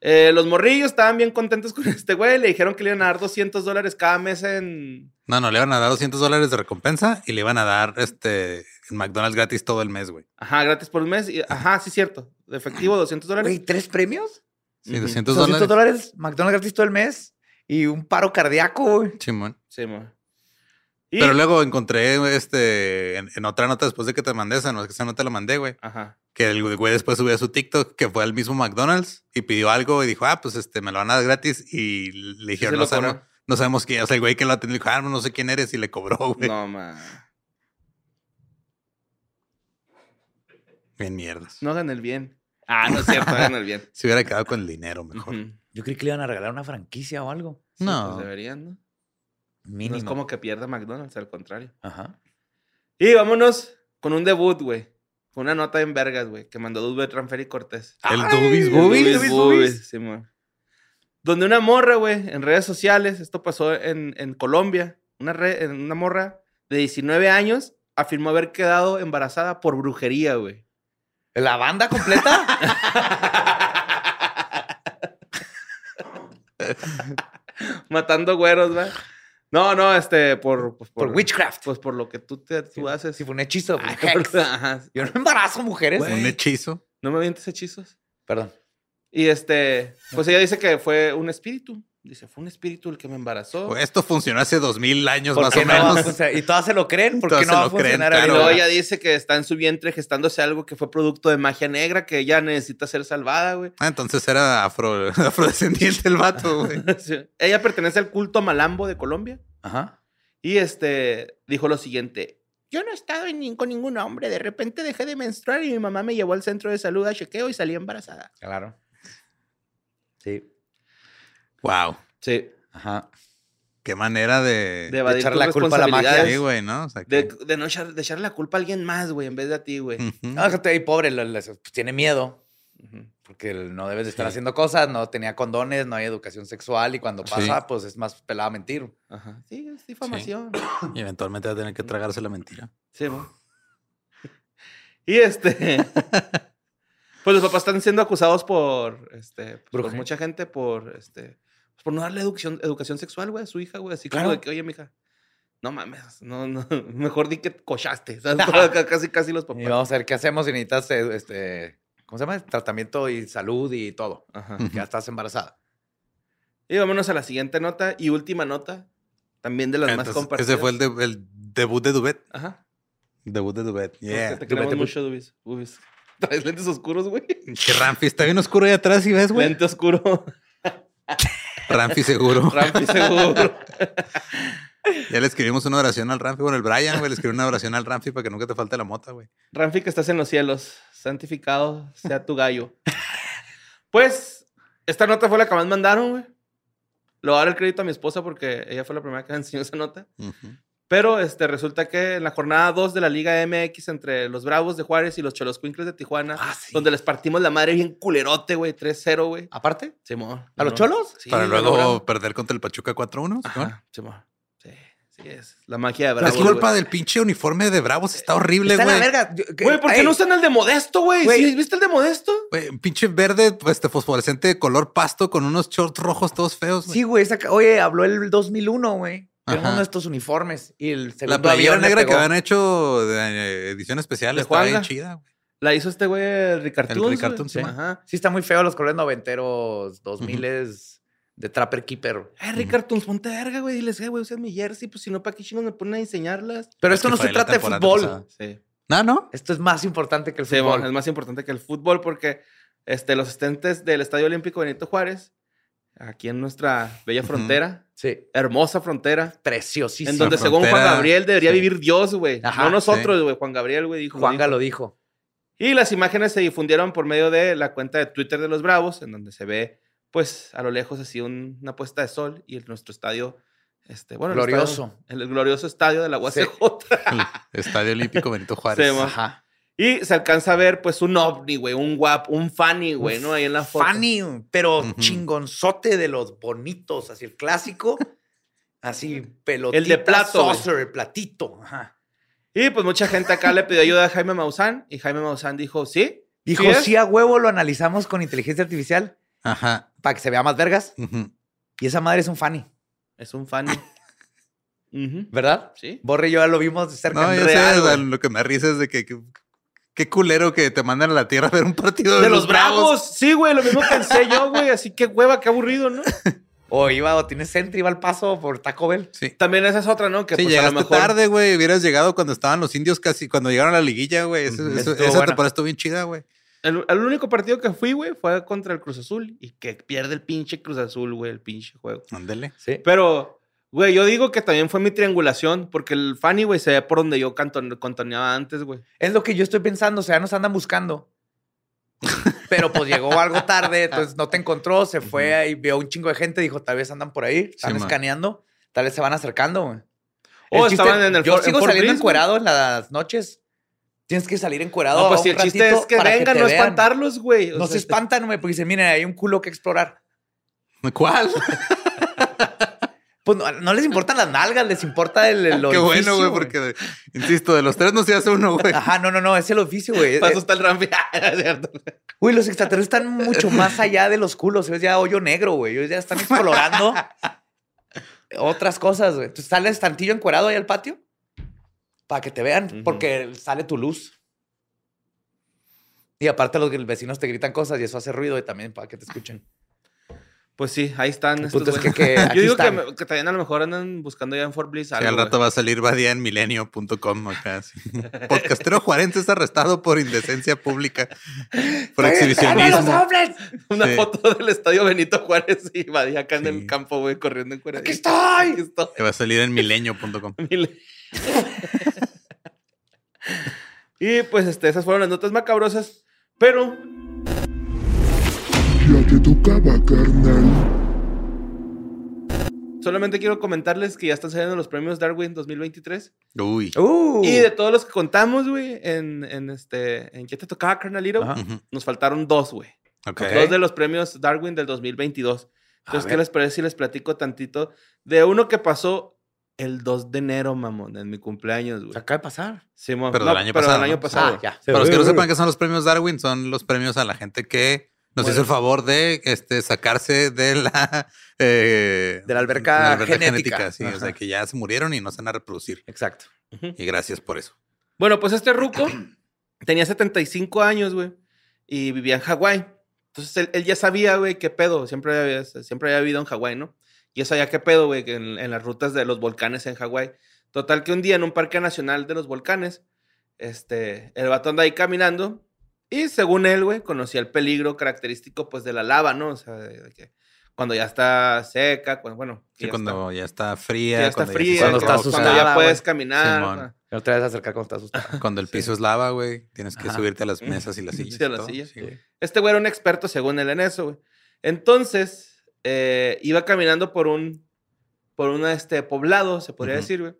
[SPEAKER 6] Eh, los morrillos estaban bien contentos con este güey. Le dijeron que le iban a dar 200 dólares cada mes en,
[SPEAKER 5] No, no, le van a dar 200 dólares de recompensa y le van a dar este McDonald's gratis todo el mes, güey.
[SPEAKER 6] Ajá, gratis por un mes. y- ajá, sí, cierto. De efectivo, 200 dólares.
[SPEAKER 4] Güey, ¿tres premios?
[SPEAKER 5] Sí,
[SPEAKER 6] Ujú.
[SPEAKER 5] 200
[SPEAKER 4] 200
[SPEAKER 5] dólares.
[SPEAKER 4] dólares, McDonald's gratis todo el mes y un paro cardíaco, güey.
[SPEAKER 5] Simón.
[SPEAKER 6] Sí, ma. Y-
[SPEAKER 5] Pero luego encontré este en, en otra nota después de que te mandé esa, no es que esa nota la mandé, güey.
[SPEAKER 6] Ajá.
[SPEAKER 5] Que el güey después subió a su TikTok que fue al mismo McDonald's y pidió algo y dijo, ah, pues este, me lo van a dar gratis. Y le
[SPEAKER 6] Sí se
[SPEAKER 5] dijeron,
[SPEAKER 6] lo
[SPEAKER 5] no sabemos,
[SPEAKER 6] cobró.
[SPEAKER 5] no sabemos quién. O sea, el güey que lo atendió dijo, ah, no sé quién eres y le cobró, güey.
[SPEAKER 6] No, ma.
[SPEAKER 5] Bien mierdas.
[SPEAKER 6] No hagan el bien. Ah, no es cierto, hagan el bien.
[SPEAKER 5] Se hubiera quedado con el dinero mejor.
[SPEAKER 6] Ujú.
[SPEAKER 4] Yo creí que le iban a regalar una franquicia o algo.
[SPEAKER 6] Sí,
[SPEAKER 5] No.
[SPEAKER 6] pues deberían, ¿no?
[SPEAKER 4] Mínimo.
[SPEAKER 6] No es como que pierda McDonald's, al contrario.
[SPEAKER 4] Ajá.
[SPEAKER 6] Y vámonos con un debut, güey. Con una nota en vergas, güey, que mandó Dubbe Transfer y Cortés.
[SPEAKER 5] El
[SPEAKER 4] Boobies,
[SPEAKER 5] Dubis Boobies.
[SPEAKER 4] Dubis Boobies.
[SPEAKER 6] Sí, ma. Donde una morra, güey, en redes sociales, esto pasó en, en Colombia, una, re- en una morra de 19 años afirmó haber quedado embarazada por brujería, güey.
[SPEAKER 4] ¿La banda completa?
[SPEAKER 6] Matando güeros, ¿verdad? No, no, este, por... Pues,
[SPEAKER 4] Por witchcraft.
[SPEAKER 6] Pues por lo que tú, te, tú haces. Ah,
[SPEAKER 4] Si fue un hechizo. fue un hex.
[SPEAKER 6] Ajá.
[SPEAKER 4] Yo no embarazo mujeres.
[SPEAKER 5] Un hechizo.
[SPEAKER 6] No me avientes hechizos.
[SPEAKER 4] Perdón.
[SPEAKER 6] Y este, pues ella dice que fue un espíritu. Dice, fue un espíritu el que me embarazó.
[SPEAKER 5] Güey, Pues Esto funcionó hace dos mil años
[SPEAKER 4] ¿Por
[SPEAKER 5] más o
[SPEAKER 4] qué no?
[SPEAKER 5] menos.
[SPEAKER 4] O sea, y todas se lo creen. ¿Por qué
[SPEAKER 5] Todas
[SPEAKER 4] no
[SPEAKER 5] se
[SPEAKER 4] va a
[SPEAKER 5] lo creen,
[SPEAKER 4] funcionar
[SPEAKER 5] claro.
[SPEAKER 6] Y
[SPEAKER 4] ahorita?
[SPEAKER 6] luego ella dice que está en su vientre gestándose algo que fue producto de magia negra que ya necesita ser salvada, güey.
[SPEAKER 5] Ah, entonces era afro, afrodescendiente el vato, güey.
[SPEAKER 6] Sí. ella pertenece al culto Malambo de Colombia.
[SPEAKER 4] Ajá.
[SPEAKER 6] Y este dijo lo siguiente: Yo no he estado en nin- con ningún hombre. De repente dejé de menstruar y mi mamá me llevó al centro de salud a chequeo y salí embarazada.
[SPEAKER 4] Claro. Sí.
[SPEAKER 5] Wow.
[SPEAKER 6] Sí.
[SPEAKER 4] Ajá.
[SPEAKER 5] Qué manera de.
[SPEAKER 6] De evadir
[SPEAKER 4] echar
[SPEAKER 6] tus
[SPEAKER 4] la culpa a la magia,
[SPEAKER 6] responsabilidades,
[SPEAKER 5] Sí, güey, ¿no? O sea,
[SPEAKER 6] De,
[SPEAKER 5] que-
[SPEAKER 6] de no echar, de echarle la culpa a alguien más, güey, en vez de a ti, güey.
[SPEAKER 5] Ujú.
[SPEAKER 4] No, déjate ahí, pobre. lo- lo- pues, tiene miedo.
[SPEAKER 6] Ujú.
[SPEAKER 4] Porque el- no debes de estar haciendo cosas, no tenía condones, no hay educación sexual y cuando
[SPEAKER 5] Sí.
[SPEAKER 4] pasa, pues es más pelada mentir.
[SPEAKER 6] Ajá. Sí, es difamación.
[SPEAKER 5] Y eventualmente va a tener que tragarse la mentira.
[SPEAKER 6] Sí, mo. Y este. pues los papás están siendo acusados por. Este, pues, por
[SPEAKER 4] Brujería.
[SPEAKER 6] mucha gente por. Este, pues, por no darle educación, educación sexual, güey, a su hija, güey. Así
[SPEAKER 4] Claro.
[SPEAKER 6] como de que, oye, mija, no mames. No, no, mejor di que cochaste. ¿sabes? Todo acá, casi, casi los
[SPEAKER 4] Y
[SPEAKER 6] papás.
[SPEAKER 4] vamos a ver qué hacemos si necesitas, eh, este, ¿cómo se llama? Tratamiento y salud y todo.
[SPEAKER 6] Ajá.
[SPEAKER 5] Ujú.
[SPEAKER 4] Ya estás embarazada.
[SPEAKER 6] Y vámonos a la siguiente nota y última nota. También de las
[SPEAKER 5] Entonces,
[SPEAKER 6] más compartidas.
[SPEAKER 5] ese fue el, de- el debut de Dubet.
[SPEAKER 6] Ajá.
[SPEAKER 5] Debut de Dubet.
[SPEAKER 6] Yeah.
[SPEAKER 5] Yeah.
[SPEAKER 6] Te
[SPEAKER 5] Dubet,
[SPEAKER 6] queremos
[SPEAKER 5] debut.
[SPEAKER 6] mucho, Dubis. Dubis. Traes lentes oscuros, güey.
[SPEAKER 5] Que Ramfi está bien oscuro ahí atrás, ¿y ves, güey?
[SPEAKER 6] Lente oscuro.
[SPEAKER 5] Ramfi seguro.
[SPEAKER 6] Rampi seguro.
[SPEAKER 5] Ya le escribimos una oración al Ramfi. Bueno, el Brian, güey, le escribió una oración al Ramfi para que nunca te falte la mota, güey.
[SPEAKER 6] Ramfi, que estás en los cielos, santificado sea tu gallo. Pues Esta nota fue la que más mandaron, güey. Le voy a dar el crédito a mi esposa porque ella fue la primera que me enseñó esa nota.
[SPEAKER 5] Ujú.
[SPEAKER 6] Pero este, resulta que en la jornada 2 de la Liga MX entre los Bravos de Juárez y los Choloscuincles de Tijuana,
[SPEAKER 4] Ah, sí.
[SPEAKER 6] donde les partimos la madre bien culerote, güey, 3-0, güey.
[SPEAKER 4] Aparte,
[SPEAKER 6] Simón.
[SPEAKER 4] ¿A los Cholos?
[SPEAKER 6] Sí,
[SPEAKER 5] Para
[SPEAKER 6] lo
[SPEAKER 5] luego
[SPEAKER 6] logramos.
[SPEAKER 5] perder contra el Pachuca 4-1. ¿sí, no?
[SPEAKER 6] Ajá, Ah, Simón. Sí, sí, es la magia de
[SPEAKER 5] es
[SPEAKER 6] Bravos.
[SPEAKER 5] culpa
[SPEAKER 6] güey.
[SPEAKER 5] del pinche uniforme de Bravos. Está horrible,
[SPEAKER 4] Eh, está en la
[SPEAKER 5] güey.
[SPEAKER 4] verga. Yo- que-
[SPEAKER 6] Güey, ¿por qué
[SPEAKER 4] ey,
[SPEAKER 6] no usan el de Modesto, güey?
[SPEAKER 4] Güey.
[SPEAKER 6] ¿Sí? ¿Viste el de Modesto?
[SPEAKER 5] Güey, Pinche verde, pues, este fosforescente de color pasto con unos shorts rojos todos feos. güey.
[SPEAKER 4] Sí, güey. esa ca- Oye, habló el 2001, güey. Tenemos
[SPEAKER 5] Ajá.
[SPEAKER 4] nuestros uniformes y el segundo
[SPEAKER 5] la playera
[SPEAKER 4] avión le
[SPEAKER 5] negra que
[SPEAKER 4] pegó.
[SPEAKER 5] habían hecho de eh, edición especial
[SPEAKER 6] De
[SPEAKER 5] estaba bien
[SPEAKER 6] Juanga.
[SPEAKER 5] chida. güey.
[SPEAKER 6] La hizo este güey, el Ricartún.
[SPEAKER 5] El Ricartún, Simón.
[SPEAKER 6] Ajá.
[SPEAKER 4] Sí, está muy feo los colores noventeros, 2000 s de Trapper Keeper.
[SPEAKER 6] Eh, Ricartún, ponte verga, güey. Diles, eh, güey, usa mi jersey. Pues si no, ¿para qué chingos me ponen a diseñarlas?
[SPEAKER 4] Pero esto
[SPEAKER 5] que
[SPEAKER 4] no
[SPEAKER 5] fue
[SPEAKER 4] se
[SPEAKER 5] la
[SPEAKER 4] trata de
[SPEAKER 5] temporada
[SPEAKER 4] fútbol.
[SPEAKER 5] pasada.
[SPEAKER 6] Sí.
[SPEAKER 5] No, no.
[SPEAKER 4] Esto es más importante que el
[SPEAKER 6] Sí,
[SPEAKER 4] Ah, fútbol.
[SPEAKER 6] bueno, es más importante que el fútbol porque este, los asistentes del Estadio Olímpico Benito Juárez, aquí en nuestra bella
[SPEAKER 5] Ujú.
[SPEAKER 6] frontera,
[SPEAKER 4] Sí,
[SPEAKER 6] hermosa frontera,
[SPEAKER 4] preciosísimo.
[SPEAKER 6] en donde según Juan
[SPEAKER 5] frontera,
[SPEAKER 6] Gabriel debería
[SPEAKER 5] sí.
[SPEAKER 6] vivir Dios, güey.
[SPEAKER 4] Ajá,
[SPEAKER 6] No nosotros, güey. Juan Gabriel, güey, dijo.
[SPEAKER 4] Juanga
[SPEAKER 6] dijo.
[SPEAKER 4] lo dijo.
[SPEAKER 6] Y las imágenes se difundieron por medio de la cuenta de Twitter de los Bravos, en donde se ve, pues, a lo lejos así un- una puesta de sol y el- nuestro estadio, este, bueno, el estadio-
[SPEAKER 4] Glorioso.
[SPEAKER 6] el, glorioso estadio de la UACJ.
[SPEAKER 5] El Estadio Olímpico Benito Juárez.
[SPEAKER 6] Sí, mo.
[SPEAKER 4] Ajá.
[SPEAKER 6] Y se alcanza a ver, pues, un ovni, güey, un guap, un fanny, güey, ¿no? Ahí en la foto.
[SPEAKER 4] Fanny, pero
[SPEAKER 5] Ujú.
[SPEAKER 4] chingonzote de los bonitos, así el clásico. Así pelotita,
[SPEAKER 6] El de plato, güey.
[SPEAKER 4] saucer, el platito. Ajá.
[SPEAKER 6] Y pues mucha gente acá le pidió ayuda a Jaime Maussan y Jaime Maussan dijo, sí.
[SPEAKER 4] Dijo,
[SPEAKER 6] es".
[SPEAKER 4] sí, a huevo lo analizamos con inteligencia artificial
[SPEAKER 5] Ajá.
[SPEAKER 4] para que se vea más vergas.
[SPEAKER 5] Ujú.
[SPEAKER 4] Y esa madre es un Fanny,
[SPEAKER 6] Es un fanny. Ujú.
[SPEAKER 4] ¿verdad?
[SPEAKER 6] Sí.
[SPEAKER 4] Borre y yo ya lo vimos de cerca.
[SPEAKER 5] No, ya
[SPEAKER 4] Real,
[SPEAKER 5] sé, o sea,
[SPEAKER 4] güey.
[SPEAKER 5] lo que me risa es de que, que- qué culero que te mandan a la tierra a ver un partido de,
[SPEAKER 6] De los bravos. Sí, güey, lo mismo pensé yo, güey. Así que hueva, qué aburrido, ¿no?
[SPEAKER 4] O iba, o tiene centro, iba al paso por Taco Bell.
[SPEAKER 5] Sí.
[SPEAKER 6] También esa es otra, ¿no? Que
[SPEAKER 5] Sí,
[SPEAKER 6] pues, a lo
[SPEAKER 5] llegaste
[SPEAKER 6] mejor-
[SPEAKER 5] tarde, güey. Hubieras llegado cuando estaban los indios casi, cuando llegaron a la liguilla, güey. Eso-
[SPEAKER 4] Ujú.
[SPEAKER 5] eso-
[SPEAKER 4] Estuvo
[SPEAKER 5] esa
[SPEAKER 4] buena.
[SPEAKER 5] temporada estuvo bien chida, güey.
[SPEAKER 6] El, el único partido que fui, güey, fue contra el Cruz Azul y que pierde el pinche Cruz Azul, güey, el pinche juego.
[SPEAKER 5] Ándale.
[SPEAKER 4] Sí.
[SPEAKER 6] Pero, güey, yo digo que también fue mi triangulación porque el Fanny, güey, se ve por donde yo canton- contoneaba antes, güey.
[SPEAKER 4] Es lo que yo estoy pensando, o sea, nos andan buscando. Pero pues llegó algo tarde, entonces no te encontró, se fue y vio un chingo de gente, dijo, tal vez andan por ahí, están
[SPEAKER 5] ma.
[SPEAKER 4] escaneando, tal vez se van acercando. güey".
[SPEAKER 6] Oh,
[SPEAKER 4] El chiste-
[SPEAKER 6] estaban en el
[SPEAKER 4] Yo
[SPEAKER 6] Fort- en
[SPEAKER 4] sigo
[SPEAKER 6] Fort
[SPEAKER 4] saliendo
[SPEAKER 6] Bliss, güey.
[SPEAKER 4] encuerado en las noches. Tienes que salir encuerado.
[SPEAKER 6] No, pues
[SPEAKER 4] un
[SPEAKER 6] si el chiste
[SPEAKER 4] ratito
[SPEAKER 6] es que
[SPEAKER 4] para
[SPEAKER 6] vengan, no
[SPEAKER 4] te
[SPEAKER 6] pues, este.
[SPEAKER 4] vean.
[SPEAKER 6] espantarlos, güey. O
[SPEAKER 4] No
[SPEAKER 6] sea,
[SPEAKER 4] se espantan, güey, porque dicen, miren, hay un culo que explorar.
[SPEAKER 5] ¿Cuál?
[SPEAKER 4] Pues no, no les importan las nalgas, les importa el,
[SPEAKER 6] Ah,
[SPEAKER 4] el
[SPEAKER 5] Qué
[SPEAKER 4] orificio,
[SPEAKER 5] bueno, güey, porque, insisto, de los tres no se hace uno, güey.
[SPEAKER 4] Ajá, no, no, no, es el oficio, güey.
[SPEAKER 6] Para asustar el Ramfi. Es cierto.
[SPEAKER 4] Uy, los extraterrestres están mucho más allá de los culos. Es ya hoyo negro, güey. Ellos ya están explorando otras cosas, güey. Tú sales tantillo encuerado ahí al patio para que te vean,
[SPEAKER 6] Ujú.
[SPEAKER 4] porque sale tu luz. Y aparte los vecinos te gritan cosas y eso hace ruido y también para que te escuchen.
[SPEAKER 6] Pues sí, ahí están.
[SPEAKER 4] El
[SPEAKER 6] estos
[SPEAKER 4] punto es que,
[SPEAKER 6] güeyes.
[SPEAKER 4] que aquí
[SPEAKER 6] Yo digo que,
[SPEAKER 4] están.
[SPEAKER 6] me- que también a lo mejor andan buscando ya en Fort Bliss
[SPEAKER 5] Sí,
[SPEAKER 6] algo.
[SPEAKER 5] al rato va a salir Badía en milenio.com acá. sí. Podcastero Juarense es arrestado por indecencia pública, por
[SPEAKER 4] ¡Arriba los
[SPEAKER 5] exhibicionismo.
[SPEAKER 4] hombres!
[SPEAKER 6] güey. Una
[SPEAKER 5] Sí.
[SPEAKER 6] foto del estadio Benito Juárez y Badía acá en el
[SPEAKER 5] Sí.
[SPEAKER 6] campo, güey, corriendo en cuerda.
[SPEAKER 4] ¡Aquí estoy!
[SPEAKER 6] Aquí estoy.
[SPEAKER 5] Que va a salir en milenio.com.
[SPEAKER 6] Mil- y pues este, esas fueron las notas macabrosas. Pero
[SPEAKER 7] Ya te tocaba, carnal.
[SPEAKER 6] solamente quiero comentarles que ya están saliendo los premios Darwin 2023.
[SPEAKER 5] Uy.
[SPEAKER 4] Uh.
[SPEAKER 6] Y de todos los que contamos, güey, en, en este, en qué te tocaba, carnalito,
[SPEAKER 4] Ajá.
[SPEAKER 5] Ujú.
[SPEAKER 6] nos faltaron dos, güey.
[SPEAKER 5] Ok.
[SPEAKER 4] Ok.
[SPEAKER 6] Dos de los premios Darwin del 2022. Entonces, ¿qué
[SPEAKER 4] ver.
[SPEAKER 6] les parece si les platico tantito de uno que pasó el 2 de enero, mamón, en mi cumpleaños, güey?
[SPEAKER 4] acaba de pasar.
[SPEAKER 6] Simón.
[SPEAKER 5] Pero
[SPEAKER 6] No,
[SPEAKER 5] del año
[SPEAKER 6] pero
[SPEAKER 5] pasado,
[SPEAKER 6] del año
[SPEAKER 5] ¿no?
[SPEAKER 6] pasado.
[SPEAKER 4] Ah, ya.
[SPEAKER 5] Para los que no sepan qué son los premios Darwin, son los premios a la gente que nos hizo el favor de este, sacarse de la, eh,
[SPEAKER 4] De la alberca genética.
[SPEAKER 5] sí, o
[SPEAKER 4] Ajá.
[SPEAKER 5] sea, que ya se murieron y no se van a reproducir.
[SPEAKER 4] Exacto.
[SPEAKER 5] Y gracias por eso.
[SPEAKER 6] Bueno, pues este ruco tenía 75 años, güey, y vivía en Hawái. Entonces él, él ya sabía, güey, qué pedo. Siempre había, siempre había vivido en Hawái, ¿no? Y ya sabía qué pedo, güey, que en, en las rutas de los volcanes en Hawái. Total que un día en un parque nacional de los volcanes, este, el vato anda ahí caminando y según él, güey, conocía el peligro característico, pues, de la lava, ¿no? O sea, de, de que cuando ya está seca, cu- bueno. que
[SPEAKER 5] Sí,
[SPEAKER 6] ya
[SPEAKER 5] cuando
[SPEAKER 6] está-
[SPEAKER 5] ya está
[SPEAKER 6] que
[SPEAKER 5] fría,
[SPEAKER 6] ya está
[SPEAKER 5] cuando
[SPEAKER 6] fría,
[SPEAKER 5] se
[SPEAKER 4] cuando está
[SPEAKER 5] seca,
[SPEAKER 6] cuando
[SPEAKER 4] asustada,
[SPEAKER 6] ya puedes
[SPEAKER 4] güey.
[SPEAKER 6] caminar.
[SPEAKER 5] Simón.
[SPEAKER 6] ¿no?
[SPEAKER 4] No te vayas a acercar cuando estás asustado.
[SPEAKER 5] Cuando el piso es lava, güey, tienes que
[SPEAKER 4] Ajá.
[SPEAKER 5] subirte a las mesas y las sillas.
[SPEAKER 6] Sí, a
[SPEAKER 5] y
[SPEAKER 6] las
[SPEAKER 5] todo,
[SPEAKER 6] sillas.
[SPEAKER 5] sí, güey.
[SPEAKER 6] Este güey era un experto según él en eso, güey. Entonces, eh, iba caminando por un, por un este, poblado, se podría
[SPEAKER 5] Ujú.
[SPEAKER 6] decir, güey,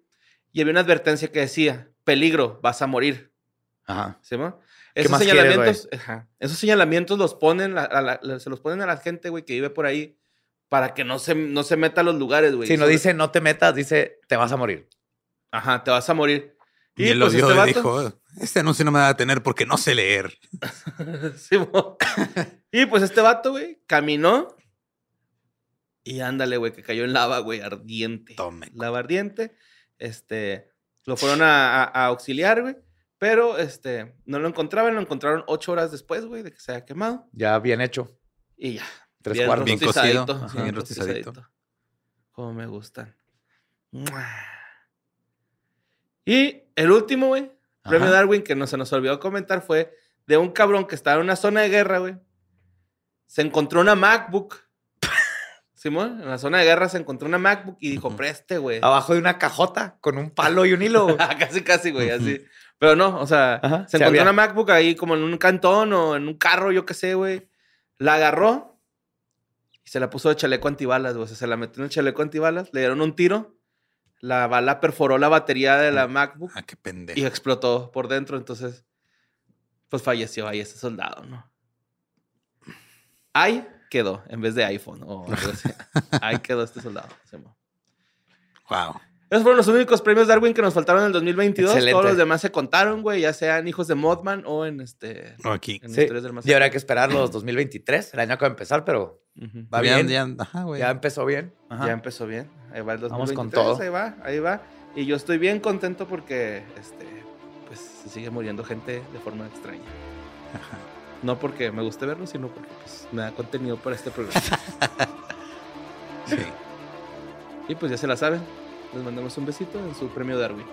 [SPEAKER 6] y había una advertencia que decía, peligro, vas a morir.
[SPEAKER 5] Ajá.
[SPEAKER 6] ¿Sí, ma?
[SPEAKER 4] ¿Qué
[SPEAKER 6] Esos
[SPEAKER 4] más quieres,
[SPEAKER 6] señalamientos, ajá, esos señalamientos los ponen, la- a la- la- se los ponen a la gente, güey, que vive por ahí para que no se, no se meta a los lugares, güey.
[SPEAKER 4] Si no
[SPEAKER 6] Sobre-
[SPEAKER 4] dice no te metas, dice te vas a morir.
[SPEAKER 6] Ajá, te vas a morir.
[SPEAKER 5] Y, el
[SPEAKER 6] pues,
[SPEAKER 5] odio
[SPEAKER 6] este vato-
[SPEAKER 5] dijo, este anuncio no me va a tener porque no sé leer.
[SPEAKER 6] Sí, mo. y pues este vato, güey, caminó y ándale, güey, que cayó en lava, güey, ardiente.
[SPEAKER 5] Tome.
[SPEAKER 6] Lava ardiente. Este, lo fueron a, a- a auxiliar, güey, pero este, no lo encontraban, lo encontraron ocho horas después, güey, de que se había quemado
[SPEAKER 4] Ya bien hecho.
[SPEAKER 6] y ya.
[SPEAKER 4] Tres
[SPEAKER 6] bien
[SPEAKER 4] cuartos.
[SPEAKER 5] Bien
[SPEAKER 6] rostizadito,
[SPEAKER 5] cocido, ajá,
[SPEAKER 6] sí, bien
[SPEAKER 5] bien rostizadito.
[SPEAKER 6] rostizadito. Como me gustan. ¡Mua! Y el último, güey, premio
[SPEAKER 5] Ajá.
[SPEAKER 6] Darwin que no se nos olvidó comentar fue de un cabrón que estaba en una zona de guerra, güey. Se encontró una MacBook. Simón, en la zona de guerra se encontró una MacBook y dijo,
[SPEAKER 5] Ujú.
[SPEAKER 6] preste, güey.
[SPEAKER 4] Abajo de una cajota con un palo y un hilo.
[SPEAKER 6] casi, casi, güey,
[SPEAKER 5] Ujú.
[SPEAKER 6] así. Pero no, o sea,
[SPEAKER 4] Ajá,
[SPEAKER 6] se
[SPEAKER 4] se
[SPEAKER 6] encontró
[SPEAKER 4] había.
[SPEAKER 6] una MacBook ahí como en un cantón o en un carro, yo qué sé, güey. La agarró y se la puso de chaleco antibalas, güey. O sea, se la metió en el chaleco antibalas, le dieron un tiro, la bala perforó la batería de la MacBook
[SPEAKER 5] Ah, qué pendejo.
[SPEAKER 6] y explotó por dentro. Entonces, pues falleció ahí ese soldado, ¿no? Ahí quedó, en vez de iPhone o algo así. Ahí quedó este soldado. se mo-
[SPEAKER 5] Wow.
[SPEAKER 6] esos fueron los únicos premios Darwin que nos faltaron en el 2022. Todos
[SPEAKER 4] Excelente.
[SPEAKER 6] los demás se contaron, güey, ya sean hijos de Modman o en este.
[SPEAKER 5] No, aquí.
[SPEAKER 6] En
[SPEAKER 4] Sí.
[SPEAKER 6] historias del más
[SPEAKER 4] Y habrá que esperar los 2023, el año acaba de empezar, pero
[SPEAKER 6] Ujú.
[SPEAKER 4] va
[SPEAKER 5] Ya-
[SPEAKER 4] bien. Ya,
[SPEAKER 5] ya- ajá, güey.
[SPEAKER 4] empezó bien.
[SPEAKER 5] Ajá.
[SPEAKER 6] Ya empezó bien. Ahí va el 2023.
[SPEAKER 4] Vamos con todo.
[SPEAKER 6] Ahí va, ahí va. Y yo estoy bien contento porque este, pues, se sigue muriendo gente de forma extraña. No porque me guste verlo, sino porque pues, me da contenido para este programa.
[SPEAKER 5] Sí.
[SPEAKER 6] y pues ya se la saben. Les mandamos un besito en su premio Darwin.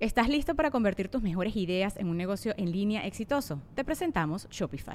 [SPEAKER 2] ¿Estás listo para convertir tus mejores ideas en un negocio en línea exitoso? Te presentamos Shopify.